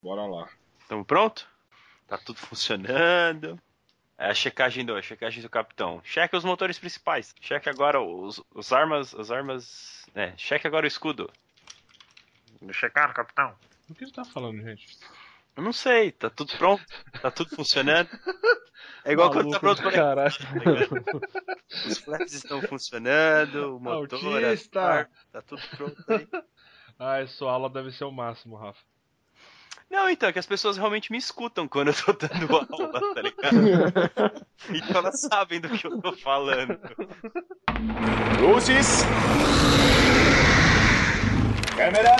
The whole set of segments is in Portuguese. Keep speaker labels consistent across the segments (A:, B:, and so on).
A: Bora lá.
B: Tamo pronto? Tá tudo funcionando. É a checagem do, a checagem do capitão. Cheque os motores principais. Cheque agora os, os armas, as armas, é, cheque agora o escudo.
C: Checaram, capitão?
A: Do que você tá falando, gente?
B: Eu não sei, tá tudo pronto, tá tudo funcionando. É igual quando tá pronto pra
D: Caralho.
B: Os flaps estão funcionando, o motor, as
A: Autista!
B: partes, tá tudo pronto aí.
A: Ah, sua aula deve ser o máximo, Rafa.
B: Não, então, é que as pessoas realmente me escutam quando eu tô dando aula, tá ligado? Então elas sabem do que eu tô falando.
E: Luzes. Câmera.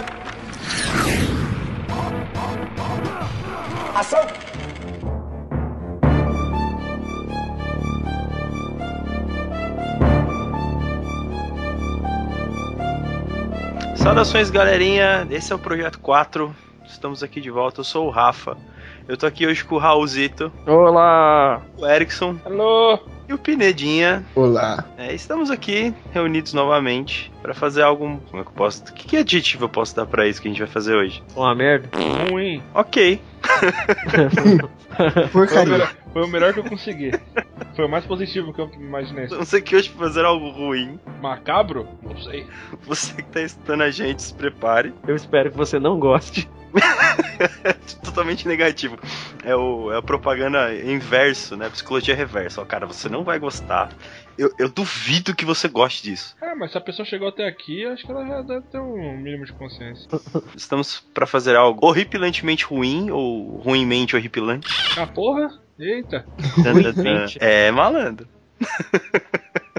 E: Ação.
B: Saudações, galerinha. Esse é o Projeto 4. Estamos aqui de volta. Eu sou o Rafa. Eu tô aqui hoje com o Raulzito,
D: Olá!
B: o Erickson
D: Alô!
B: e o Pinedinha.
F: Olá.
B: É, estamos aqui reunidos novamente para fazer algo. Como é que eu posso. Que, que adjetivo eu posso dar pra isso que a gente vai fazer hoje?
D: Uma merda? Ruim!
B: Ok.
A: Foi o,
F: Porcaria.
A: melhor, foi o melhor que eu consegui. Foi o mais positivo que eu imaginei.
B: Estamos aqui hoje pra fazer algo ruim.
A: Macabro? Não sei.
B: Você que tá escutando a gente, se prepare.
D: Eu espero que você não goste.
B: É totalmente negativo. É, o, é a propaganda inverso, né? Psicologia reversa. Ó, cara, você não vai gostar. Eu, eu duvido que você goste disso.
A: Ah, mas se a pessoa chegou até aqui, acho que ela já deve ter um mínimo de consciência.
B: Estamos pra fazer algo horripilantemente ruim ou ruimmente horripilante.
A: Ah, porra? Eita.
D: Ruimmente.
B: É, malandro.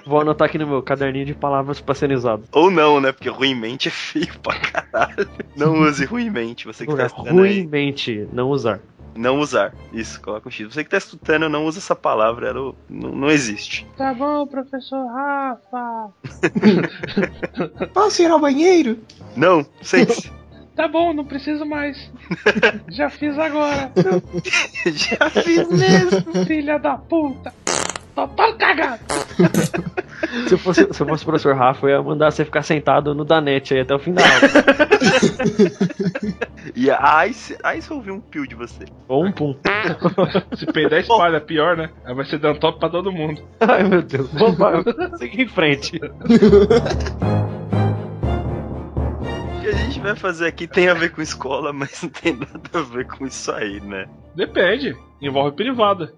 D: Vou anotar aqui no meu caderninho de palavras parcerizadas.
B: Ou não, né? Porque ruimmente é feio pra caralho. Não use ruimmente, você
D: é
B: que tá escutando aí.
D: Ruimmente não usar.
B: Não usar. Isso, coloca um X. Você que tá escutando, não usa essa palavra, ela não, não existe.
A: Tá bom, professor Rafa.
F: Posso ir ao banheiro?
B: Não, sente-se.
A: Tá bom, não preciso mais. Já fiz agora.
B: Já fiz mesmo.
A: Filha da puta. Tô todo cagado.
D: Se eu fosse, se eu fosse o professor Rafa, eu ia mandar você ficar sentado no Danete aí até o fim da aula.
B: E aí, se, aí se eu ouvir um pio de você.
D: Ou um pum.
A: Se peidar espalha, pior, né? Aí vai ser dando top pra todo mundo.
D: Ai meu Deus, vamos para. Segue em frente.
B: O que a gente vai fazer aqui tem a ver com escola, mas não tem nada a ver com isso aí, né?
A: Depende. Envolve privada.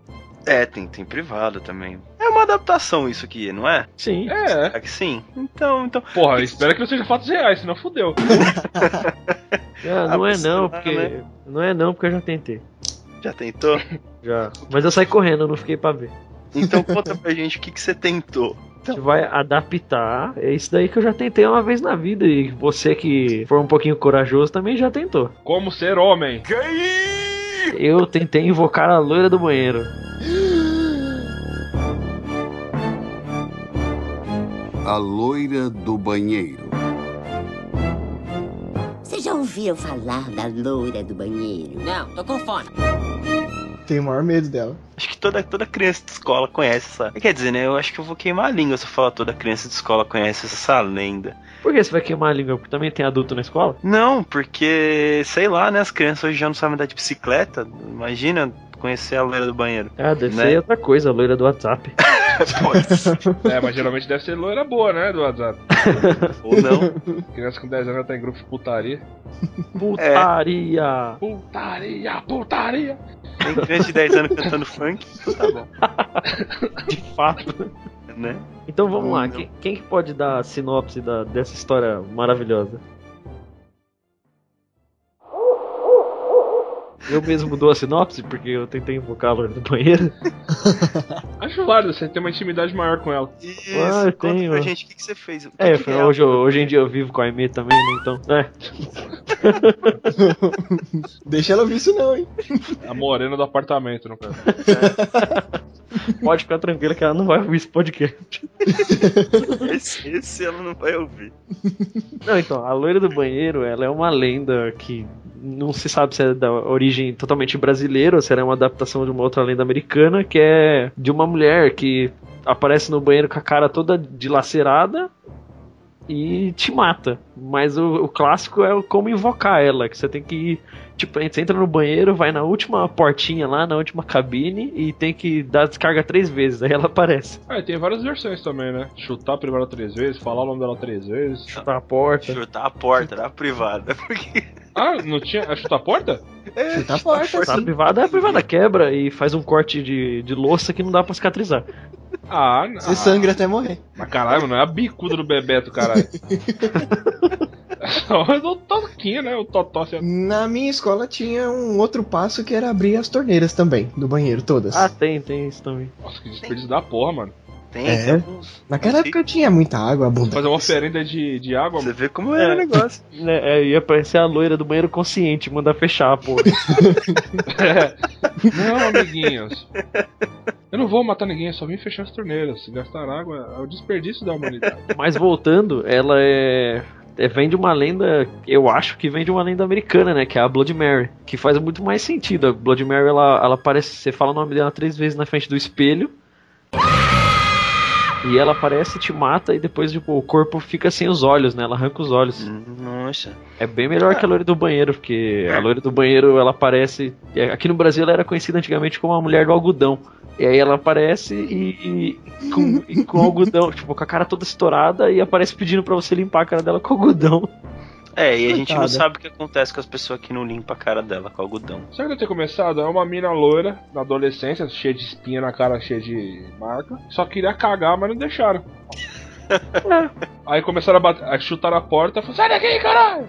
B: É, tem, tem privado também. É uma adaptação isso aqui, não é?
D: Sim.
A: É.
B: É que sim. Então, então.
A: Porra, espero que não seja fatos reais, senão fudeu.
D: Ah, não é não,
B: Absurdo,
D: porque.
B: né?
D: Não é não, porque eu já tentei.
B: Já tentou?
D: Já. Mas eu saí correndo, eu não fiquei pra ver.
B: Então conta pra gente o que, que você tentou.
D: A gente vai adaptar. É isso daí que eu já tentei uma vez na vida. E você que for um pouquinho corajoso também já tentou.
A: Como ser homem.
D: Eu tentei invocar a loira do banheiro.
G: A loira do banheiro.
H: Vocês já ouviram falar da loira do banheiro? Não, tô com fome.
F: Tenho o maior medo dela.
B: Acho que toda, toda criança de escola conhece essa. Quer dizer, né? Eu acho que eu vou queimar a língua se eu falar toda criança de escola conhece essa lenda.
D: Por que você vai queimar a língua? Porque também tem adulto na escola?
B: Não, porque, sei lá, né? As crianças hoje já não sabem andar de bicicleta. Imagina conhecer a loira do banheiro.
D: Ah, deve
B: Né?
D: ser outra coisa, a loira do WhatsApp.
B: Pode ser.
A: É, mas geralmente deve ser loira boa, né, do WhatsApp.
B: Ou não.
A: Criança com 10 anos já tá em grupo de putaria.
D: Putaria!
A: Putaria, putaria.
B: Tem criança de 10 anos cantando funk, então tá bom,
D: De fato.
B: né?
D: Então vamos lá,
B: Não.
D: quem, quem que pode dar a sinopse da- dessa história maravilhosa? Eu mesmo dou a sinopse porque eu tentei invocar a loira do banheiro.
A: Acho válido você ter uma intimidade maior com ela.
B: Isso,
D: Ah, eu
B: conta
D: tenho.
B: pra gente o que, que você fez. O que
D: É,
B: que é?
D: hoje, eu- hoje em dia eu vivo com a Aimee também, né? Então, é.
F: Deixa ela ouvir isso não, hein?
A: A morena do apartamento, no caso.
D: Pode ficar tranquila que ela não vai ouvir esse podcast.
B: Esse, esse ela não vai ouvir.
D: Não, então, a loira do banheiro, ela é uma lenda que não se sabe se é da origem totalmente brasileira ou se ela é uma adaptação de uma outra lenda americana, que é de uma mulher que aparece no banheiro com a cara toda dilacerada e te mata. Mas o, o clássico é o como invocar ela, que você tem que ir Tipo, a gente entra no banheiro, vai na última portinha lá, na última cabine e tem que dar descarga três vezes, aí ela aparece.
A: Ah, e tem várias versões também, né? Chutar a privada três vezes, falar o nome dela três vezes.
D: Chutar a porta.
B: Chutar a porta da privada. Porque
A: Ah, não tinha. É chutar a porta?
D: É,
F: Chutar a porta,
D: Chutar a
F: assim.
D: privada, a privada quebra e faz um corte de, de louça que não dá pra cicatrizar.
A: Ah, não.
F: Você sangra até morrer.
A: Mas caralho, não é a bicuda do Bebeto, caralho. É Só o toquinho, né? O totó assim.
F: Na minha escola tinha um outro passo que era abrir as torneiras também, do banheiro, todas.
D: Ah, tem, tem isso também.
A: Nossa, que desperdício da porra, mano.
B: tem,
F: É.
B: tem alguns.
F: Naquela época tinha muita água, abundante.
A: Fazer uma oferenda de, de água,
B: Você
A: mano.
B: vê como era o negócio.
D: É, é, ia aparecer a loira do banheiro consciente, mandar fechar a porra.
A: Não, amiguinhos. Eu não vou matar ninguém, eu só vim fechar as torneiras. Se gastar água é o desperdício da humanidade.
D: Mas voltando, ela é. é- vem de uma lenda, eu acho que vem de uma lenda americana, né? Que é a Blood Mary. Que faz muito mais sentido. A Blood Mary, ela, ela aparece. Você fala o nome dela três vezes na frente do espelho. E ela aparece, te mata e depois tipo, o corpo fica sem os olhos, né? Ela arranca os olhos.
B: Nossa.
D: É bem melhor que a loira do banheiro, porque a loira do banheiro ela aparece. é, Aqui no Brasil ela era conhecida antigamente como a mulher do algodão. E aí ela aparece e, e com, e com algodão, tipo, com a cara toda estourada e aparece pedindo pra você limpar a cara dela com algodão.
B: É, e a gente não
F: Coitada.
B: sabe o que acontece com as pessoas que não limpam a cara dela com algodão.
A: Será que deve ter começado? É uma mina loira, na adolescência, cheia de espinha na cara, cheia de marca. Só queria cagar, mas não deixaram. É. Aí começaram a, bater, a chutar na porta e falaram, sai daqui, caralho!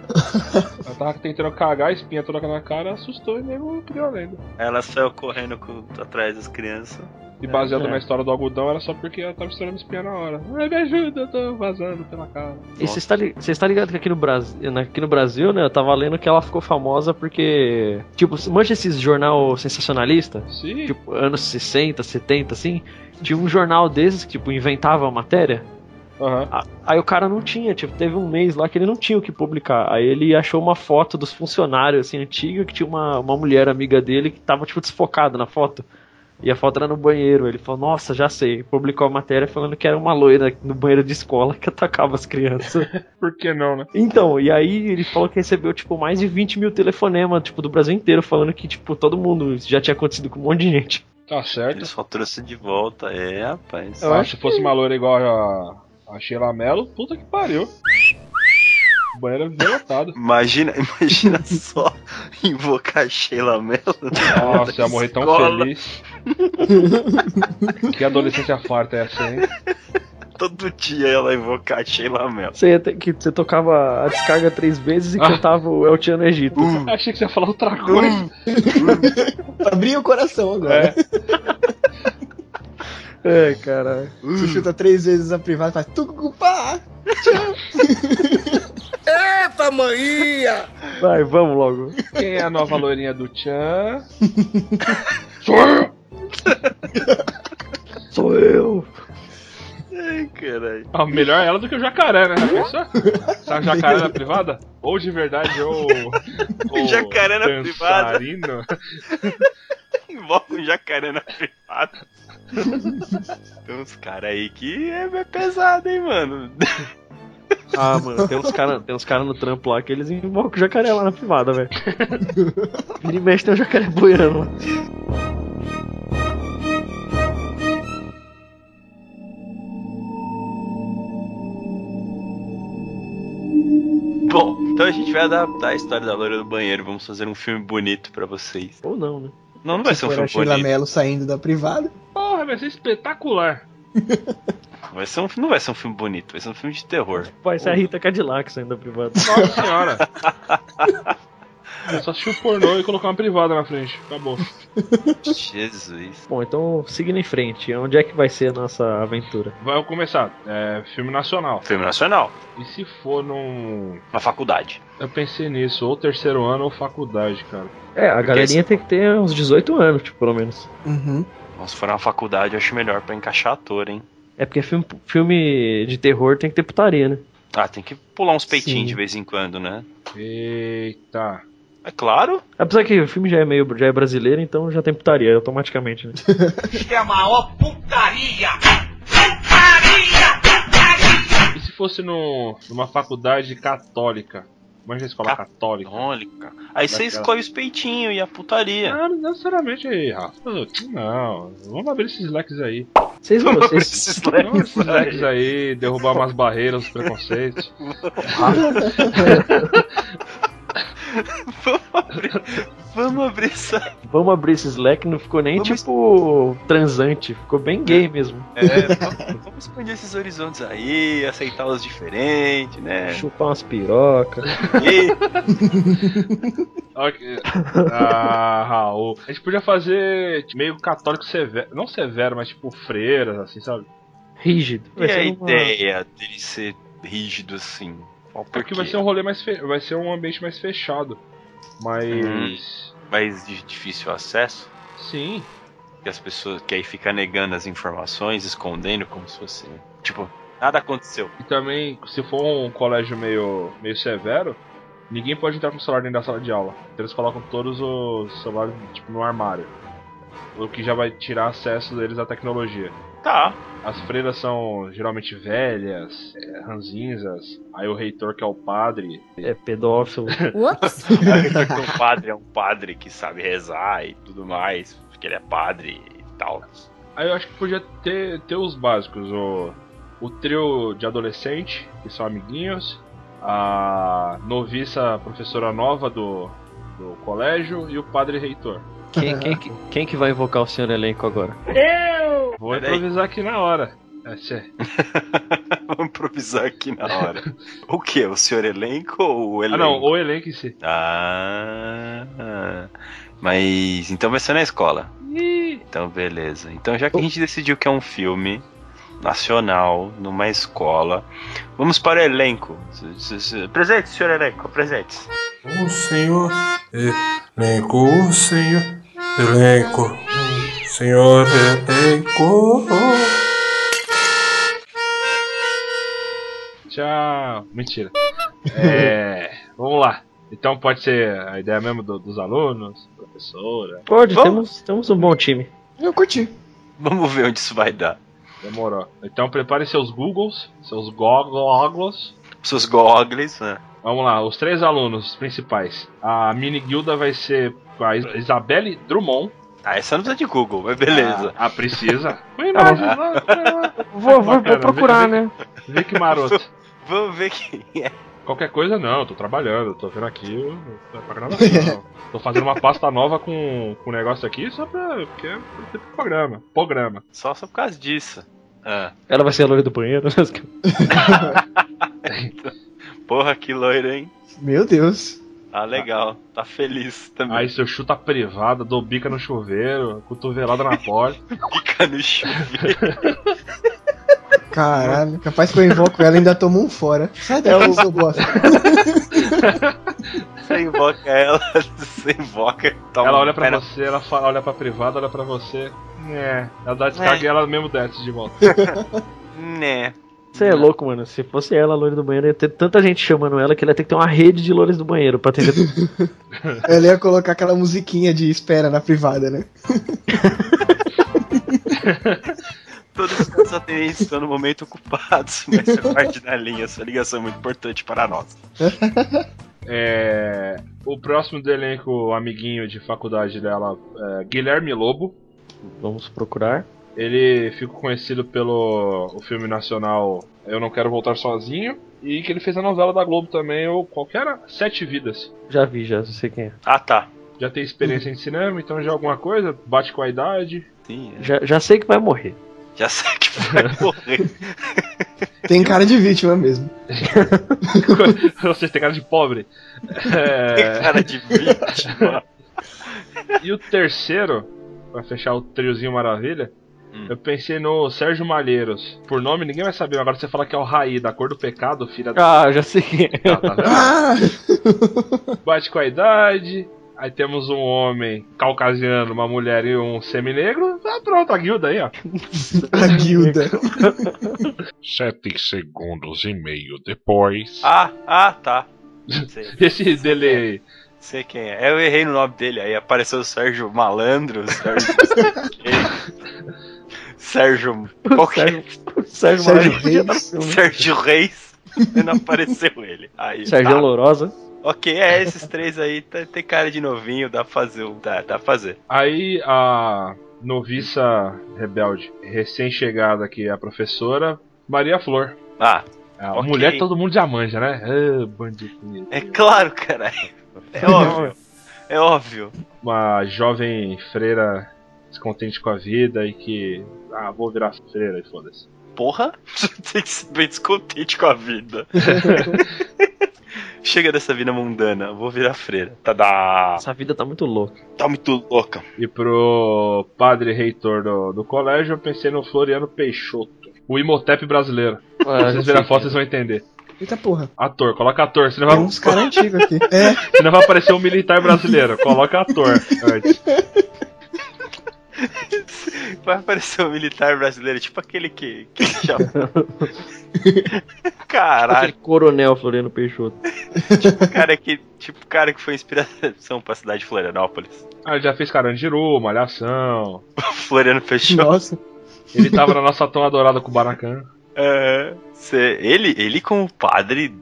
A: Ela tava tentando cagar, a espinha toda na cara, assustou e nego criou a lenda.
B: Ela saiu correndo com- atrás das crianças.
A: E baseado
D: É.
A: na história do algodão, era só porque ela tava estourando espinha na hora. Ai, me ajuda, eu tô vazando pela cara.
D: E você está, li- cê está ligado que aqui no, Brasil, né, aqui no Brasil, né? Eu tava lendo que ela ficou famosa porque. Tipo, manja esses jornal sensacionalista?
A: Sim,
D: tipo, anos 60, 70, assim, tinha um jornal desses que, tipo, inventava a matéria.
A: Aham.
D: A- Aí o cara não tinha, tipo, teve um mês lá que ele não tinha o que publicar. Aí ele achou uma foto dos funcionários, assim, antiga, que tinha uma, uma mulher amiga dele que tava, tipo, desfocada na foto. E a foto era no banheiro. Ele falou, nossa, já sei. Publicou a matéria falando que era uma loira no banheiro de escola que atacava as crianças.
A: por que não, né?
D: Então, e aí ele falou que recebeu, tipo, mais de 20 mil telefonemas, tipo, do Brasil inteiro, falando que, tipo, todo mundo isso já tinha acontecido com um monte de gente.
A: Tá certo.
B: Ele só trouxe de volta. É, rapaz.
A: Ah, se fosse uma loira igual a, a Sheila Mello, puta que pariu. O banheiro é violentado.
B: Imagina, imagina só invocar Sheila Mello.
A: Nossa, ia morrer tão
B: Escola.
A: feliz. que adolescência farta é essa, hein?
B: Todo dia ela invocar Sheila Mello.
D: Você, ia ter que, você tocava a descarga três vezes e
A: Ah.
D: cantava o El Tiano Egito.
A: Achei que você ia falar outra coisa.
F: Abri o coração agora.
A: É.
D: É, caralho.
F: Você chuta três vezes a privada e faz tucupá.
D: Vai, vamos logo.
A: Quem é a nova loirinha do Tchan?
D: Sou eu.
B: Ai, caralho.
A: Ah, melhor ela do que o jacaré, né? Já pensou? Sabe o jacaré na privada? Ou de verdade, ou. ou
B: Jacaré na privada.
A: dançarino.
B: Invoca um jacaré na privada. Tem uns caras aí que é é pesado, hein, mano.
D: Ah, mano, tem uns caras cara no trampo lá que eles invocam o jacaré lá na privada, velho. Vira e mexe tem um jacaré boiando lá.
B: Bom, então a gente vai adaptar a história da loira do banheiro. Vamos fazer um filme bonito pra vocês.
D: Ou não, né?
B: Não, não vai ser um
F: Foi a
B: filme
F: Sheila
B: bonito.
F: Mello saindo da privada.
A: Porra, vai ser espetacular.
B: Vai ser um, não vai ser um filme bonito, vai ser um filme de terror.
D: Vai ser a Rita Cadillac saindo da privada.
A: Nossa senhora. É só assistir o pornô e colocar uma privada na frente. Acabou.
B: Jesus.
D: Bom, então seguindo em frente, onde é que vai ser a nossa aventura?
A: Vai começar. É, filme nacional.
B: Filme nacional,
A: E se for num.
B: na faculdade.
A: Eu pensei nisso, ou terceiro ano ou faculdade, cara.
D: É, a galerinha tem que ter uns 18 anos, tipo, pelo menos.
F: Uhum.
B: Nossa, se for na faculdade, eu acho melhor pra encaixar ator, hein?
D: É porque filme, filme de terror tem que ter putaria, né?
B: Ah, tem que pular uns peitinhos
F: Sim.
B: de vez em quando, né?
A: Eita.
B: É claro.
D: Apesar que o filme já é meio já é brasileiro, então já tem putaria automaticamente, né?
A: E se fosse num, numa faculdade católica? Imagina a escola
B: Cap-
A: católica.
B: Católica. Aí você
A: Daquela-
B: escolhe os peitinhos e a putaria.
A: Ah, não necessariamente, Rafa. Não, vamos abrir esses leques aí.
D: Vocês vão.
B: Por
D: Vocês...
B: esses
A: Vamos
B: leques,
A: esses leques
B: velho.
A: aí, derrubar umas barreiras, os preconceitos.
B: Vamos abrir. Vamos abrir essa.
D: Vamos abrir esse Slack, não ficou nem
B: Vamos-
D: tipo transante, ficou bem gay mesmo.
B: É, vamos, vamos expandir esses horizontes aí, aceitar os diferentes, né?
D: Chupar umas pirocas.
B: E
A: Ok. Ah, Raul. A gente podia fazer tipo, meio católico severo. Não severo, mas tipo freiras, assim, sabe?
D: Rígido.
B: e a
D: ser uma-
B: ideia dele ser rígido assim? Qual o
A: Porque
B: porquê?
A: vai ser um rolê mais fe... vai ser um ambiente mais fechado. Mas.
B: Uhum. mais de difícil acesso?
A: Sim.
B: Que as pessoas que aí fica negando as informações, escondendo como se fosse. Tipo, nada aconteceu.
A: E também, se for um colégio meio, meio severo, ninguém pode entrar com o celular dentro da sala de aula. Então eles colocam todos os celulares tipo, no armário. O que já vai tirar acesso deles à tecnologia.
B: Tá.
A: As freiras são geralmente velhas, é, ranzinzas. Aí o reitor, que é o padre,
D: É pedófilo.
H: Ups.
B: Porque o padre é um padre que sabe rezar e tudo mais, porque ele é padre e tal.
A: Aí eu acho que podia ter, ter os básicos, o, o trio de adolescente, que são amiguinhos, a noviça professora nova do, do colégio e o padre reitor.
F: Ah,
D: Quem, quem, que- quem que vai invocar o senhor elenco agora?
A: Vou
B: Peraí.
A: improvisar aqui na hora. É, cê-
B: Vamos improvisar aqui na hora. o que? O senhor elenco ou o
A: Ah
B: elenco?
A: não, o elenco em si.
B: Ah, ah. mas então vai ser na escola. Então beleza. Então
A: Oh.
B: já que a gente decidiu que é um filme nacional numa escola, vamos para o elenco. S- s- s- Presente, senhor elenco, presente.
E: O senhor elenco, o senhor elenco, o senhor é elenco.
A: Tchau. Mentira. É, vamos lá. Então pode ser a ideia mesmo do- dos alunos, professora,
D: Pode,
B: Vamos.
D: temos, temos um bom time.
F: Eu curti.
B: Vamos ver onde isso vai dar.
A: demorou. Então prepare seus googles, seus goggles.
B: Seus goggles, né?
A: Vamos lá, os três alunos principais. A mini guilda vai ser a Is- Isabelle Drummond.
B: Ah, essa não precisa de Google, mas beleza.
A: A, a Ah, precisa. Põe
B: Ah,
A: nós, lá, põe lá.
D: Vou, vou,
A: Bacana,
D: vou procurar,
A: vê-
D: né?
A: Vê que maroto.
B: Vamos ver quem é.
A: Qualquer coisa não, eu tô trabalhando, eu tô vendo aqui, eu não tô pra gravação. Tô fazendo uma pasta nova com com um negócio aqui só pra. Porque é pra ter programa. Programa.
B: Só, só por causa disso. Ah,
D: Ela vai ser a loira do banheiro.
B: porra, que loira, hein?
F: Meu Deus.
B: Ah, legal. Tá feliz também.
A: Aí seu chuta privada, dou bica no chuveiro, cotovelada na porta.
B: Fica no chuveiro.
D: Ah.
F: Caralho. Capaz que eu invoco ela e ainda tomo um fora. Sai
D: É
F: daqui, seu bosta.
B: Você invoca ela, você invoca. toma
A: Ela
B: um
A: olha pra
B: pé na-
A: você, ela fala, olha pra privada, olha pra você. É. Ela dá descarga e ela mesmo desce de volta.
B: Né.
D: Você é louco, mano. Se fosse ela, a loira do banheiro, ia ter tanta gente chamando ela que ela ia ter que ter uma rede de loiras do banheiro pra atender. todo-
F: Ela ia colocar aquela musiquinha de espera na privada, né?
B: Todos os nossos atendentes estão no momento ocupados, mas você parte na linha. Sua ligação é muito importante para nós.
A: É, o próximo do elenco, o amiguinho de faculdade dela, é Guilherme Lobo.
D: Vamos procurar.
A: Ele ficou conhecido pelo o filme nacional Eu Não Quero Voltar Sozinho. E que ele fez a novela da Globo também, ou qualquer Sete Vidas.
D: Já vi, já não sei quem é.
B: Ah, tá.
A: Já tem experiência em cinema, então já é alguma coisa, bate com a idade.
B: Sim, é.
D: Já, É. já sei que vai morrer.
B: já sei que vai morrer.
F: Tem cara de vítima mesmo.
A: Vocês têm cara de pobre. É,
B: Cara de vítima.
A: e o terceiro, pra fechar o triozinho maravilha,
B: Hum.
A: eu pensei no Sérgio Malheiros. Por nome ninguém vai saber, agora você fala que é o Raí, da cor do pecado, filha da.
D: Ah, já sei quem é.
A: Tá, tá vendo?
F: Ah!
A: bate com a idade. Aí temos um homem caucasiano, uma mulher e um seminegro. Tá pronto, a guilda aí, ó.
F: A guilda.
I: Sete segundos e meio depois.
B: Ah, ah, tá. Sei,
A: Esse dele
B: sei quem é. Eu errei no nome dele, aí apareceu o Sérgio Malandro, o Sérgio. Sérgio. Qual que é?
D: Sérgio, o Sérgio,
F: Sérgio
D: Malandro podia
F: Reis.
D: estar no filme.
B: Sérgio Reis. Não apareceu ele. Aí,
D: Sérgio
B: tá.
D: Lourosa.
B: Ok, é esses três aí, tá- tem cara de novinho, dá pra fazer. um- Dá, dá pra fazer.
A: Aí a noviça rebelde, recém-chegada que é a professora, Maria Flor.
B: Ah,
A: A
B: Ok.
A: mulher que todo mundo já manja, né? Ah, bandidinha.
B: é claro, caralho. É óbvio. É óbvio.
A: Uma jovem freira descontente com a vida e que. Ah, vou virar freira e foda-se.
B: Porra, tem que ser bem descontente com a vida. Chega dessa vida mundana, vou virar freira. Tadá!
D: Essa vida tá muito louca.
B: Tá muito louca.
A: E pro padre reitor do, do colégio, eu pensei no Floriano Peixoto. O Imotep brasileiro.
D: Ah,
A: Se vocês verem a
D: é.
A: foto, vocês vão entender.
F: Eita porra.
A: Ator, coloca ator, senão
F: Tem
A: vai,
F: uns caras antigos aqui. É,
A: senão vai aparecer um militar brasileiro. Coloca ator antes.
B: Vai aparecer um militar brasileiro, tipo aquele que. que já... Caralho,
D: Aquele coronel Floriano Peixoto.
B: cara que. Tipo o cara que foi inspiração pra cidade de Florianópolis.
A: Ah, ele já fez Carandiru, Malhação.
B: Floriano fechou.
F: nossa.
A: Ele tava na nossa tão adorada com o Baracan.
B: É, ele, ele com o padre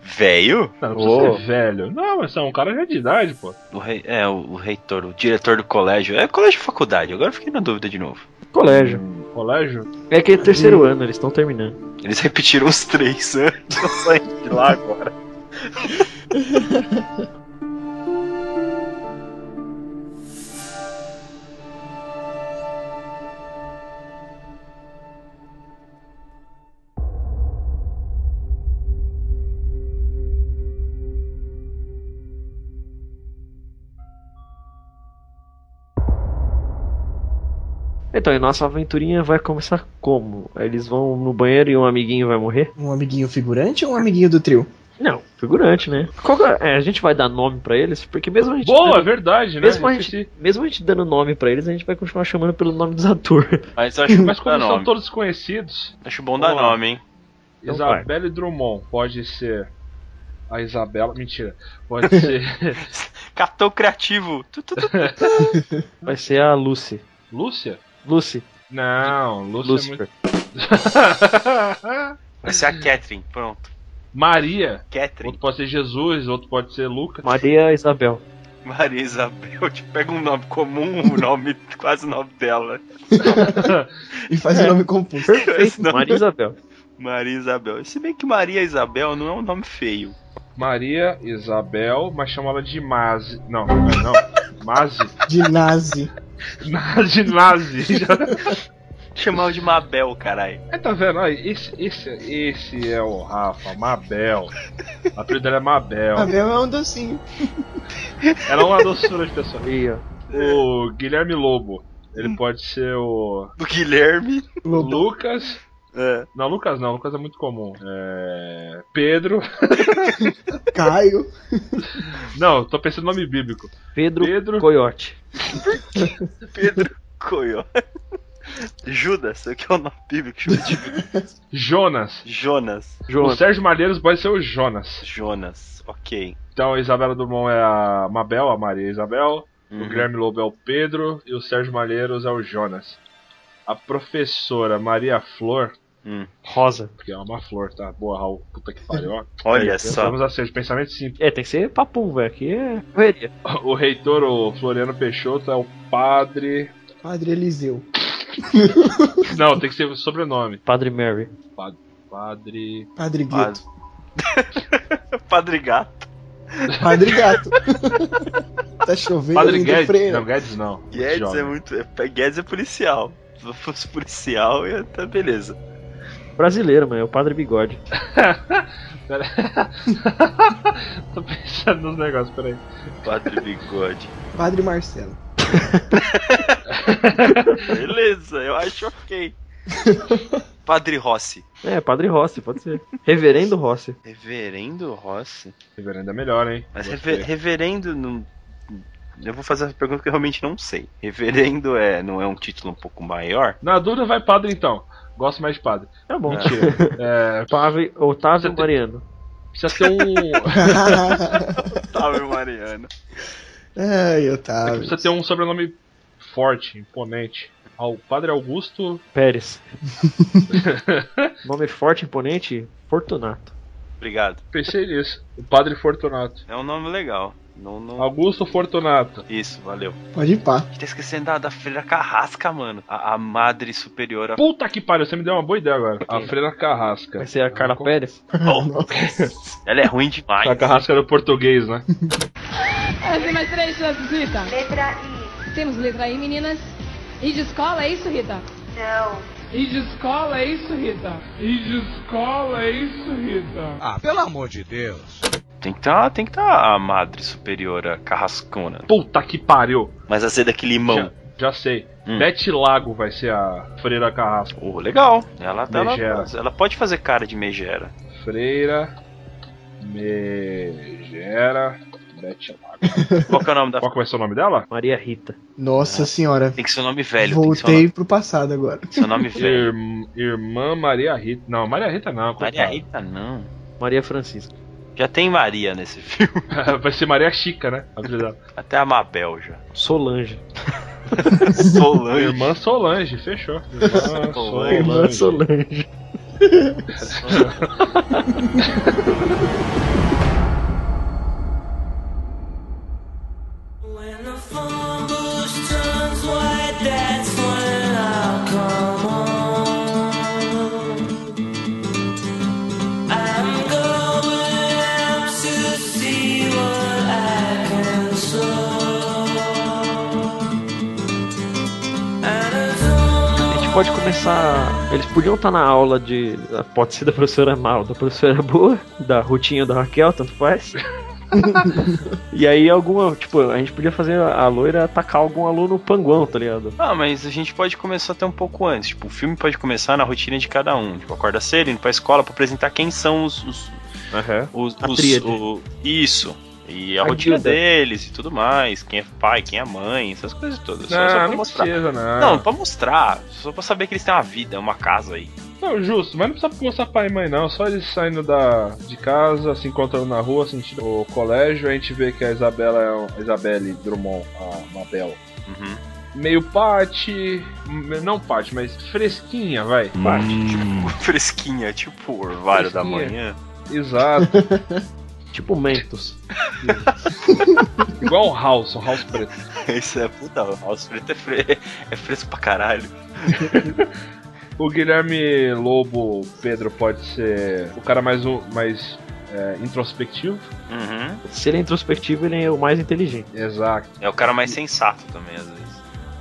B: velho?
A: Não, não precisa ser velho. Não, mas é um cara já de idade, pô.
B: O rei, é, o, o reitor, o diretor do colégio. É colégio ou faculdade, agora eu fiquei na dúvida de novo.
D: É Colégio.
A: Colégio?
D: É que é terceiro ano, eles estão terminando.
B: Eles repetiram uns três anos pra sair de lá agora.
D: Então, e nossa aventurinha vai começar como? Eles vão no banheiro e um amiguinho vai morrer?
F: Um amiguinho figurante ou um amiguinho do trio?
D: Não, figurante, né? Qual que é? É, a gente vai dar nome pra eles, porque mesmo a gente.
A: Boa, é
D: dando-
A: verdade, né?
D: mesmo, a
A: Esqueci.
D: gente, mesmo a gente dando nome pra eles, a gente vai continuar chamando pelo nome dos atores.
B: Mas eu acho
A: Mas
B: bom dar
D: Ah,
A: como são
B: nome.
A: todos conhecidos,
B: Acho bom dar
A: Vamos lá.
B: nome, hein?
D: Então
A: Isabelle Drummond pode ser a Isabela. Mentira. Pode ser
B: Catou criativo. Tu, tu, tu.
D: Vai ser a Lucy.
A: Lúcia?
D: Lucy.
A: Não, Lúcia é muito.
D: Lucifer.
B: Vai ser a Catherine, pronto.
A: Maria.
B: Catherine.
A: Outro pode ser Jesus, outro pode ser Lucas.
D: Maria Isabel.
B: Maria Isabel, te pega um nome comum, o nome, quase o nome dela.
F: E faz o nome composto.
D: É
B: Esse nome-
D: Maria Isabel.
B: Maria Isabel. Se bem que Maria Isabel não é um nome feio.
A: Maria, Isabel, mas chama ela de Mazi. Não, não. não. Mazi?
F: De nazi.
A: Nazi, Nazi. Já...
B: Chamava de Mabel, caralho.
A: É, tá vendo? Aí, esse, esse, esse é o Rafa, Mabel. A apelido dela é Mabel.
F: Abel é um docinho.
A: Ela é uma doçura de pessoa.
D: Aí, ó.
A: O Guilherme Lobo. Ele pode ser o
B: Do Guilherme.
F: Lobo.
A: Lucas.
B: É.
A: Não, Lucas não, Lucas é muito comum. É... Pedro.
F: Caio.
A: Não, tô pensando no nome bíblico.
D: Pedro,
A: Pedro.
D: Coyote.
B: Pedro Coio. Judas, que é o nome bíblico.
A: Jonas.
B: Jonas.
A: O
D: João.
A: Sérgio Malheiros pode ser o Jonas.
B: Jonas, ok.
A: Então a Isabela Drummond é a Mabel, a Maria Isabel. O
B: Uhum.
A: Guilherme Lobo é o Pedro e o Sérgio Malheiros é o Jonas. A professora Maria Flor,
D: Rosa.
A: porque é uma flor, tá? Boa, Raul, puta que pariu. ó.
B: Olha só.
A: Vamos a seja, pensamento simples.
D: É, tem que ser papum, velho. Aqui é. correria.
A: O reitor, o Floriano Peixoto, é o padre.
F: Padre Eliseu.
A: Não, tem que ser o sobrenome.
D: Padre Mary.
A: Padre.
F: Padre Gueto.
B: Padre Gato.
F: Padre Gato. tá chovendo
A: Padre
F: lindo
A: Guedes.
F: freio.
A: Não, Guedes não. Muito
B: Guedes é
A: jovem.
B: muito. é- Guedes é policial. Se eu fosse policial, ia tá beleza.
D: Brasileiro, mano. É o Padre Bigode.
A: Pera-
B: um-
A: Tô pensando nos negócios, peraí.
B: Padre Bigode.
F: Padre Marcelo.
B: Beleza, eu acho ok. Padre Rossi.
D: É, Padre Rossi, pode ser. Reverendo Rossi.
B: Reverendo Rossi?
A: Reverendo é melhor, hein?
B: Mas
A: Gostei.
B: rever- reverendo não. Eu vou fazer essa pergunta que eu realmente não sei. Reverendo é, não é um título um pouco maior?
A: Na dúvida, vai padre então. Gosto mais de padre.
D: Tá bom.
A: Mentira. É,
D: Otávio, Otávio
A: Você tem-
D: Mariano.
A: precisa ter um.
B: Otávio Mariano.
F: Ai,
A: É que
F: Otávio.
A: precisa ter um sobrenome forte, imponente. Ao Padre Augusto.
D: Pérez. Nome forte, imponente. Fortunato.
B: Obrigado.
A: Pensei nisso. O Padre Fortunato.
B: É um nome legal. Não, não...
A: Augusto Fortunato.
B: Isso, valeu.
F: Pode ir pá.
B: A gente tá esquecendo da, da Freira Carrasca, mano. A, a Madre Superiora.
A: Puta que pariu, você me deu uma boa ideia agora. A Freira Carrasca.
D: Vai ser a Carla Pérez?
B: Ela é ruim demais.
A: A Carrasca era o português, né?
J: É, Tem mais três chances, Rita.
K: Letra I.
J: Temos letra aí, meninas. E de escola, é isso, Rita?
K: Não.
J: E de escola, é isso, Rita? E de escola, é isso, Rita?
L: Ah, pelo amor de Deus.
B: Tem que tá, tem que tá a Madre Superiora Carrascona.
A: Puta que pariu.
B: Mas a ser daquele limão.
A: Já, já sei. Bete Lago vai ser a Freira Carrasca.
B: Oh, legal. Ela, tá- ela,
A: Megera.
B: ela pode fazer cara de megera.
A: Freira. Megera. Bete Lago.
B: Qual que é o nome da.
A: Qual que vai ser o nome dela?
D: Maria Rita.
F: Nossa senhora.
B: Tem que ser o nome velho.
F: Voltei
B: Tem
F: pro passado agora.
B: que ser o nome, seu nome velho.
A: Irm- Irmã Maria Rita. Não, Maria Rita não.
B: Maria
A: coitada.
B: Rita não.
D: Maria Francisca.
B: Já tem Maria nesse filme.
A: vai ser Maria Chica, né? Apelidado.
B: Até a Mabel já.
D: Solange.
B: Solange.
A: Irmã Solange, fechou. Irmã
B: Solange.
D: Irmã
A: Solange.
D: Solange. A gente pode começar. Eles podiam estar na aula de. Pode ser da professora mal, da professora boa, da rotinha da Raquel, tanto faz. e aí alguma. Tipo, a gente podia fazer a loira atacar algum aluno panguão, tá ligado?
B: Ah, mas a gente pode começar até um pouco antes. Tipo, o filme pode começar na rotina de cada um. Tipo, acorda cedo, indo pra escola pra apresentar quem são os. os, os,
D: A
B: os-
D: tríade.
B: o- isso. E a,
D: A
B: rotina
D: guilda.
B: deles e tudo mais. Quem é pai, quem é mãe, essas coisas todas. Só, só pra
A: Não, não
B: mostrar.
A: precisa, não.
B: Não, pra mostrar. Só pra saber que eles têm uma vida, uma casa aí.
A: Não, justo, mas não precisa mostrar pai e mãe não, só eles saindo da, de casa, se encontrando na rua, sentindo o colégio, a gente vê que a Isabela é um, a Isabelle Drummond, a Mabel.
B: Uhum.
A: Meio pate, m- não pate, mas fresquinha, vai.
B: Fresquinha, tipo o orvalho da
A: Fresquinha.
B: manhã.
A: Exato.
D: Tipo Mentos.
A: Igual um house, um house preto.
B: Isso é puta, o House Preto é, fre- é fresco pra caralho.
A: O Guilherme Lobo Pedro pode ser o cara mais, um- mais é, introspectivo.
B: Uhum.
D: Se ele é introspectivo, ele é o mais inteligente.
A: Exato.
B: É o cara mais sensato também, às vezes.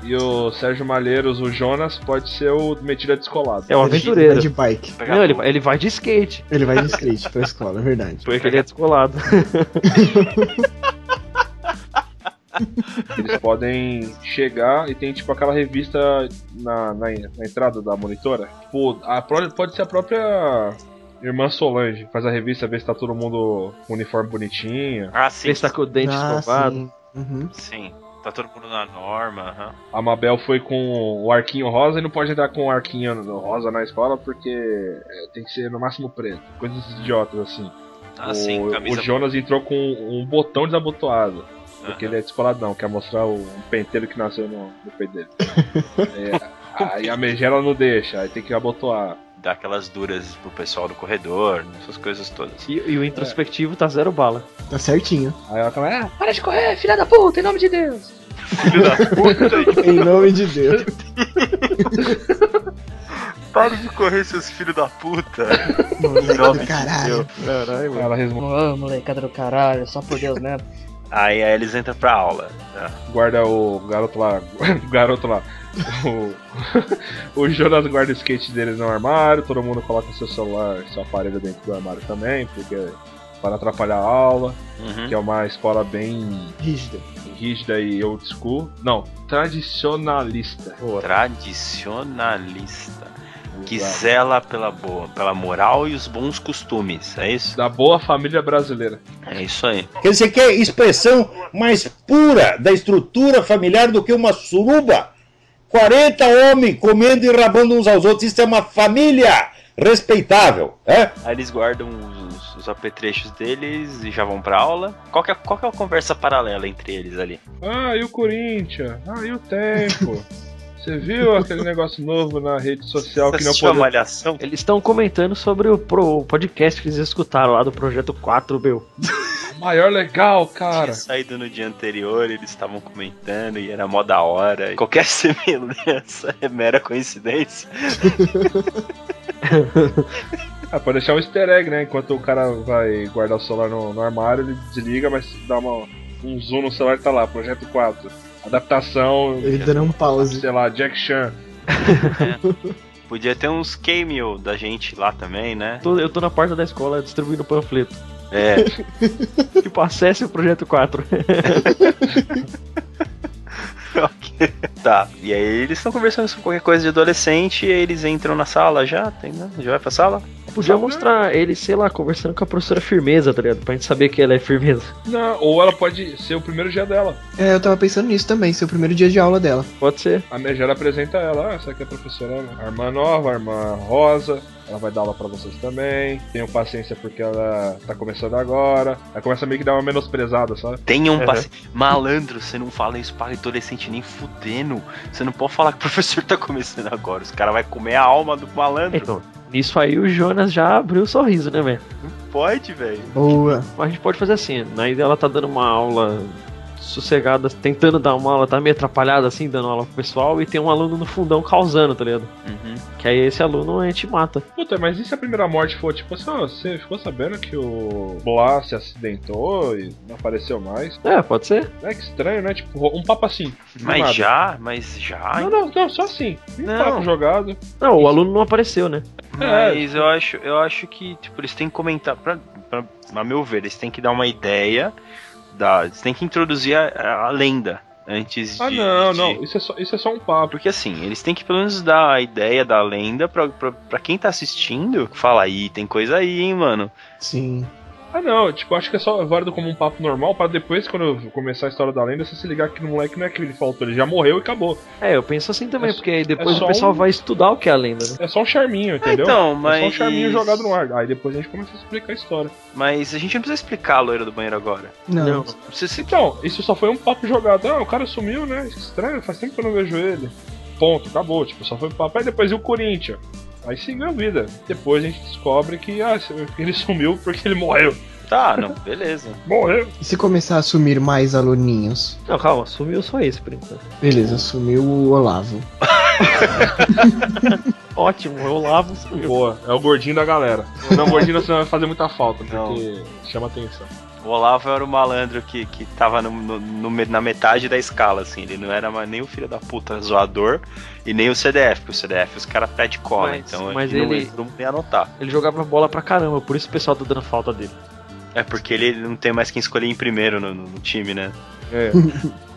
A: E o Sérgio Malheiros, o Jonas, pode ser o metida descolado.
D: É o
F: Vai
D: aventureiro.
F: de bike.
B: Pegar
D: Não, ele,
B: fogo.
D: ele vai de skate.
F: Ele vai de skate pra escola, é verdade.
D: Porque ele é descolado.
A: Eles podem chegar e tem tipo aquela revista na, na, na entrada da monitora. Tipo, a, pró- pode ser a própria irmã Solange. Faz a revista, vê se tá todo mundo com uniforme bonitinho.
B: Ah, sim.
D: Ele está com o dente
F: Ah,
D: escovado.
F: sim. Uhum.
B: Sim. Tá todo mundo na norma. aham.
A: A Mabel foi com o arquinho rosa e não pode entrar com o arquinho rosa na escola porque é, tem que ser no máximo preto. Coisas idiotas assim.
B: Ah,
A: o,
B: sim. Camisa
A: o Jonas entrou com um botão desabotoado.
B: Aham.
A: Porque ele é descoladão, quer mostrar o um penteiro que nasceu no, no peito dele. É, aí a megera não deixa, aí tem que abotoar.
B: Dá aquelas duras pro pessoal do corredor, né, essas coisas todas.
D: E, e o introspectivo tá zero bala.
F: Tá certinho.
A: Aí ela fala, ah,
J: Para de correr, filha da puta, em nome de Deus.
B: Filho da puta,
F: Em nome de Deus.
B: para de correr, seus filhos da puta.
F: Moleque do caralho.
D: Caralho,
A: ela resmunga.
K: Ô, molecada do caralho, só por Deus mesmo.
B: Aí, aí eles entram pra aula.
A: guarda o garoto lá, o garoto lá. O, o Jonas guarda o skate dele no armário, todo mundo coloca seu celular, seu aparelho dentro do armário também, porque para atrapalhar a aula,
B: Uhum.
A: que é uma escola bem
F: Rígido.
A: rígida e old school. Não, tradicionalista.
B: Tradicionalista. Que
A: Exato.
B: zela pela, boa, pela moral e os bons costumes. É isso?
A: Da boa família brasileira.
B: É isso aí.
L: Quer dizer que é expressão mais pura da estrutura familiar do que uma suruba. 40 homens comendo e rabando uns aos outros, isso é uma família respeitável, é?
B: Aí eles guardam os, os- os apetrechos deles e já vão pra aula. Qual que, é, qual que é a conversa paralela entre eles ali?
A: Ah, e o Corinthians? Ah, e o tempo? Você viu aquele negócio novo na rede
B: é
A: social que não
D: Assistiu a
A: pode.
D: Eles estão comentando sobre o pro- o podcast que eles escutaram lá do Projeto 4, meu.
A: Maior legal, cara.
B: Tinha saído no dia anterior, eles estavam comentando e era mó da hora. Qualquer semelhança é mera coincidência.
A: Ah, pode deixar um easter egg, né? Enquanto o cara vai guardar o celular no, no armário, ele desliga, mas dá uma, um zoom no celular e tá lá, projeto 4. Adaptação.
F: Ele dando um pause.
A: Sei lá, Jack Chan.
B: Podia ter uns cameo da gente lá também, né?
D: Tô- eu tô na porta da escola distribuindo panfleto.
B: É.
D: tipo, acesse o Projeto 4.
B: Ok. Tá. E aí eles estão conversando sobre qualquer coisa de adolescente e aí eles entram na sala já, tem, né? Já vai pra sala?
D: Podia mostrar ele, sei lá, conversando com a professora Firmeza, tá ligado? Pra gente saber que ela é firmeza.
A: Não, ou ela pode ser o primeiro dia dela.
F: É, eu tava pensando nisso também, seu primeiro dia de aula dela.
D: Pode ser.
A: A Megera apresenta ela, ah, essa aqui é a professora, a irmã nova, a irmã Rosa, ela vai dar aula pra vocês também. Tenham paciência porque ela tá começando agora. Ela começa meio que dar uma menosprezada, sabe?
B: Tenham
A: Uhum.
B: paciência. um Malandro, você não fala isso para adolescente nem fudendo. Você não pode falar que o professor tá começando agora. Os cara vai comer a alma do malandro.
D: Então, nisso aí o Jonas já abriu o sorriso, né, velho?
A: É.
B: Pode, velho.
F: Boa.
D: Mas a gente pode fazer assim, né? Ela tá dando uma aula sossegada, tentando dar uma aula, tá meio atrapalhada assim, dando aula pro pessoal, e tem um aluno no fundão causando, tá ligado?
A: Uhum.
D: Que aí esse aluno a gente mata.
A: Puta, mas e se a primeira morte for tipo assim, ó, você ficou sabendo que o Blas se acidentou e não apareceu mais?
D: É, pode ser.
A: É que estranho, né? Tipo, um papo assim. do
B: Mas
A: nada.
B: já, mas já.
A: Não, não, não, só assim. Um
B: Não.
A: papo jogado.
D: Não, o aluno não apareceu, né?
B: Mas
A: É.
B: eu acho, eu acho que, tipo, eles têm que comentar. Pra, pra, a meu ver, eles têm que dar uma ideia. Da, eles têm que introduzir a, a lenda antes
A: Ah,
B: de.
A: não,
B: de-
A: não. Isso é, só, isso é só um papo.
B: Porque assim, eles têm que pelo menos dar a ideia da lenda pra, pra, pra quem tá assistindo. Fala aí, tem coisa aí, hein, mano.
F: Sim.
A: Ah, não, tipo, acho que é só válido como um papo normal pra depois, quando eu começar a história da lenda, você se ligar que o moleque não é que ele faltou, ele já morreu e acabou.
D: É, eu penso assim também, porque aí depois
A: só
D: o pessoal
A: um-
D: vai estudar o que é a lenda, né?
A: É só um charminho, entendeu?
B: então,
A: É só um
B: mas-
A: charminho jogado no ar. Aí depois a gente começa a explicar a história.
B: Mas a gente não precisa explicar a loira do banheiro agora.
A: Não. Então, isso só foi um papo jogado. Ah, o cara sumiu, né? Que Estranho, faz tempo que eu não vejo ele. Ponto, acabou. Tipo, só foi um papo. Aí depois e o Corinthians. Aí seguiu a vida. Depois a gente descobre que ah, ele sumiu porque ele morreu.
B: Tá, não, beleza.
A: Morreu.
F: E se começar a sumir mais aluninhos?
D: Não, calma, sumiu só esse por enquanto.
F: Beleza, sumiu o Olavo.
D: Ótimo, eu lavo sumiu.
A: Boa, é o gordinho da galera. Não, gordinho você vai fazer muita falta, porque chama atenção.
B: O Olavo era o malandro que, que tava no, no- no me- na metade da escala, assim. Ele não era mais nem o filho da puta zoador e nem o CDF, porque o CDF os caras pé de cola,
D: Mas-
B: então
D: mas
B: ele, não-
D: ele-
B: não ia anotar.
D: Ele jogava bola pra caramba, por isso o pessoal tá dando falta dele.
B: É porque ele não tem mais quem escolher em primeiro no, no- no time, né?
A: É.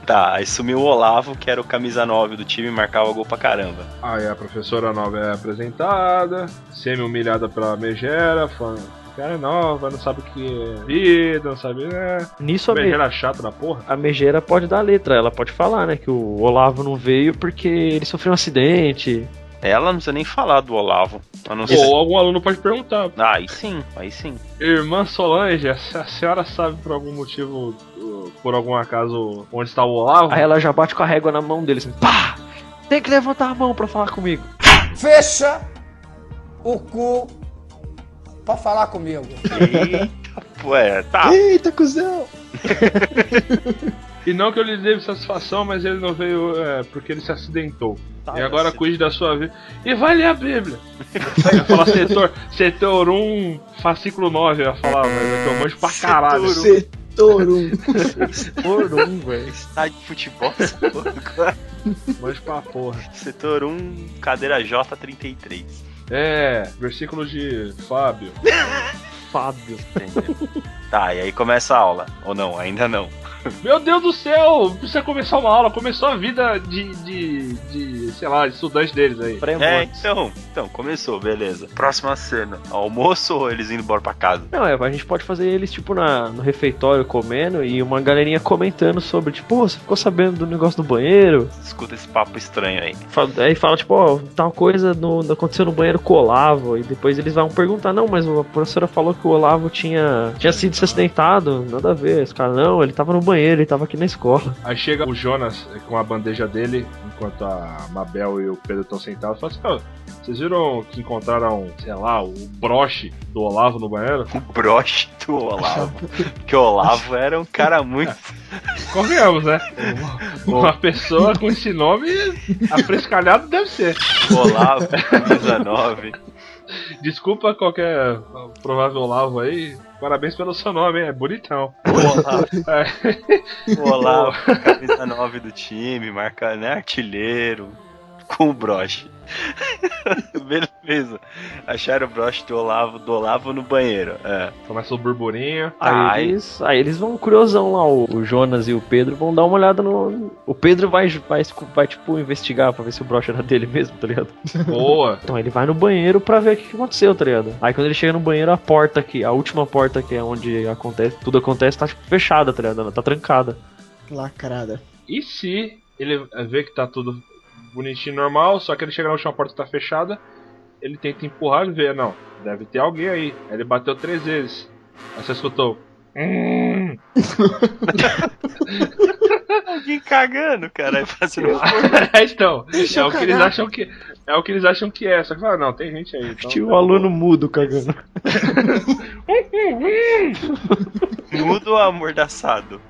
B: Tá, aí sumiu o Olavo, que era o camisa 9 do time, marcava gol pra caramba.
A: Aí a professora nova é apresentada, semi-humilhada pela megera, falando. Cara é nova, não sabe o que é vida, não sabe. É.
D: Nisso a Me-
A: megera chata da porra.
D: A Megera pode dar a letra, ela pode falar, né? Que o Olavo não veio porque ele sofreu um acidente.
B: Ela não precisa nem falar do Olavo. A não ser...
A: Ou algum aluno pode perguntar.
B: Ah, aí sim, aí sim.
A: Irmã Solange, a se- a senhora sabe por algum motivo, uh, por algum acaso, onde está o Olavo?
D: Aí ela já bate com a régua na mão dele, assim, pá! Tem que levantar a mão pra falar comigo.
M: Fecha o cu pra falar comigo.
B: Ué, tá.
F: Eita, cuzão!
A: E não que eu lhe dê satisfação, mas ele não veio é, porque ele se acidentou.
B: tá,
A: e agora cuide da sua vida. E vai ler a Bíblia. Eu ia falar setor, setor 1, fascículo 9, eu ia falar, mas eu manjo pra caralho.
F: Setor 1.
D: Setor 1, velho.
B: Estádio tá de futebol, essa porra.
A: Manjo pra porra.
B: Setor 1, cadeira J33.
A: É, versículo de Fábio.
D: Fábio.
B: Tá, e aí começa a aula. Ou não, ainda não.
A: Meu Deus do céu, precisa começar uma aula. Começou a vida de, de, de sei lá, de estudante deles aí.
B: É, então, então, começou, beleza. Próxima cena. Almoço ou eles indo embora pra casa?
D: Não, é, a gente pode fazer eles, tipo, na, no refeitório comendo e uma galerinha comentando sobre, tipo, "Ô, você ficou sabendo do negócio do banheiro?
B: Escuta esse papo estranho aí.
D: Fala- Aí fala, tipo, ó, tal coisa no, no- aconteceu no banheiro com o Olavo. E depois eles vão perguntar, não, mas a professora falou que o Olavo tinha, tinha sido se acidentado. Nada a ver. Os caras, não, ele tava no banheiro, ele tava aqui na escola.
A: Aí chega o Jonas com a bandeja dele, enquanto a Mabel e o Pedro estão sentados, e fala assim, "Ó, vocês viram que encontraram, sei lá, o broche do Olavo no banheiro? O
B: broche do Olavo. Porque o Olavo era um cara muito.
A: Convenhamos, né? Uma pessoa com esse nome, afrescalhado deve ser.
B: Olavo, 19.
A: Desculpa qualquer provável Olavo aí. Parabéns pelo seu nome, hein? é bonitão.
B: Olavo.
A: É.
B: O Olavo, camisa 9 do time, marca, né? Artilheiro. Com o broche. Beleza. Acharam o broche do Olavo, do Olavo no banheiro. É.
A: Começa o burburinho.
D: Aí eles, aí eles vão curiosão lá, o o Jonas e o Pedro vão dar uma olhada no. O Pedro vai, vai, vai tipo, investigar pra ver se o broche era dele mesmo, tá ligado?
A: Boa.
D: Então ele vai no banheiro pra ver o que que aconteceu, tá ligado? Aí quando ele chega no banheiro, a porta aqui, a última porta que é onde acontece, tudo acontece, tá tipo, fechada, tá ligado? Ela tá trancada.
F: Lacrada.
A: E se ele vê que tá tudo bonitinho, normal, só que ele chega na última porta que tá fechada, ele tenta empurrar e vê, não, deve ter alguém aí. Aí ele bateu três vezes. Aí você escutou. "Hum".
B: Alguém cagando, cara. Fazendo
A: É, então,
B: Deixa
A: é
B: eu
A: o que eles
B: cagar.
A: acham que é o que eles acham que é, só que fala, não, tem gente aí. Então,
D: Tinha o aluno mudo cagando.
B: Mudo ou amordaçado?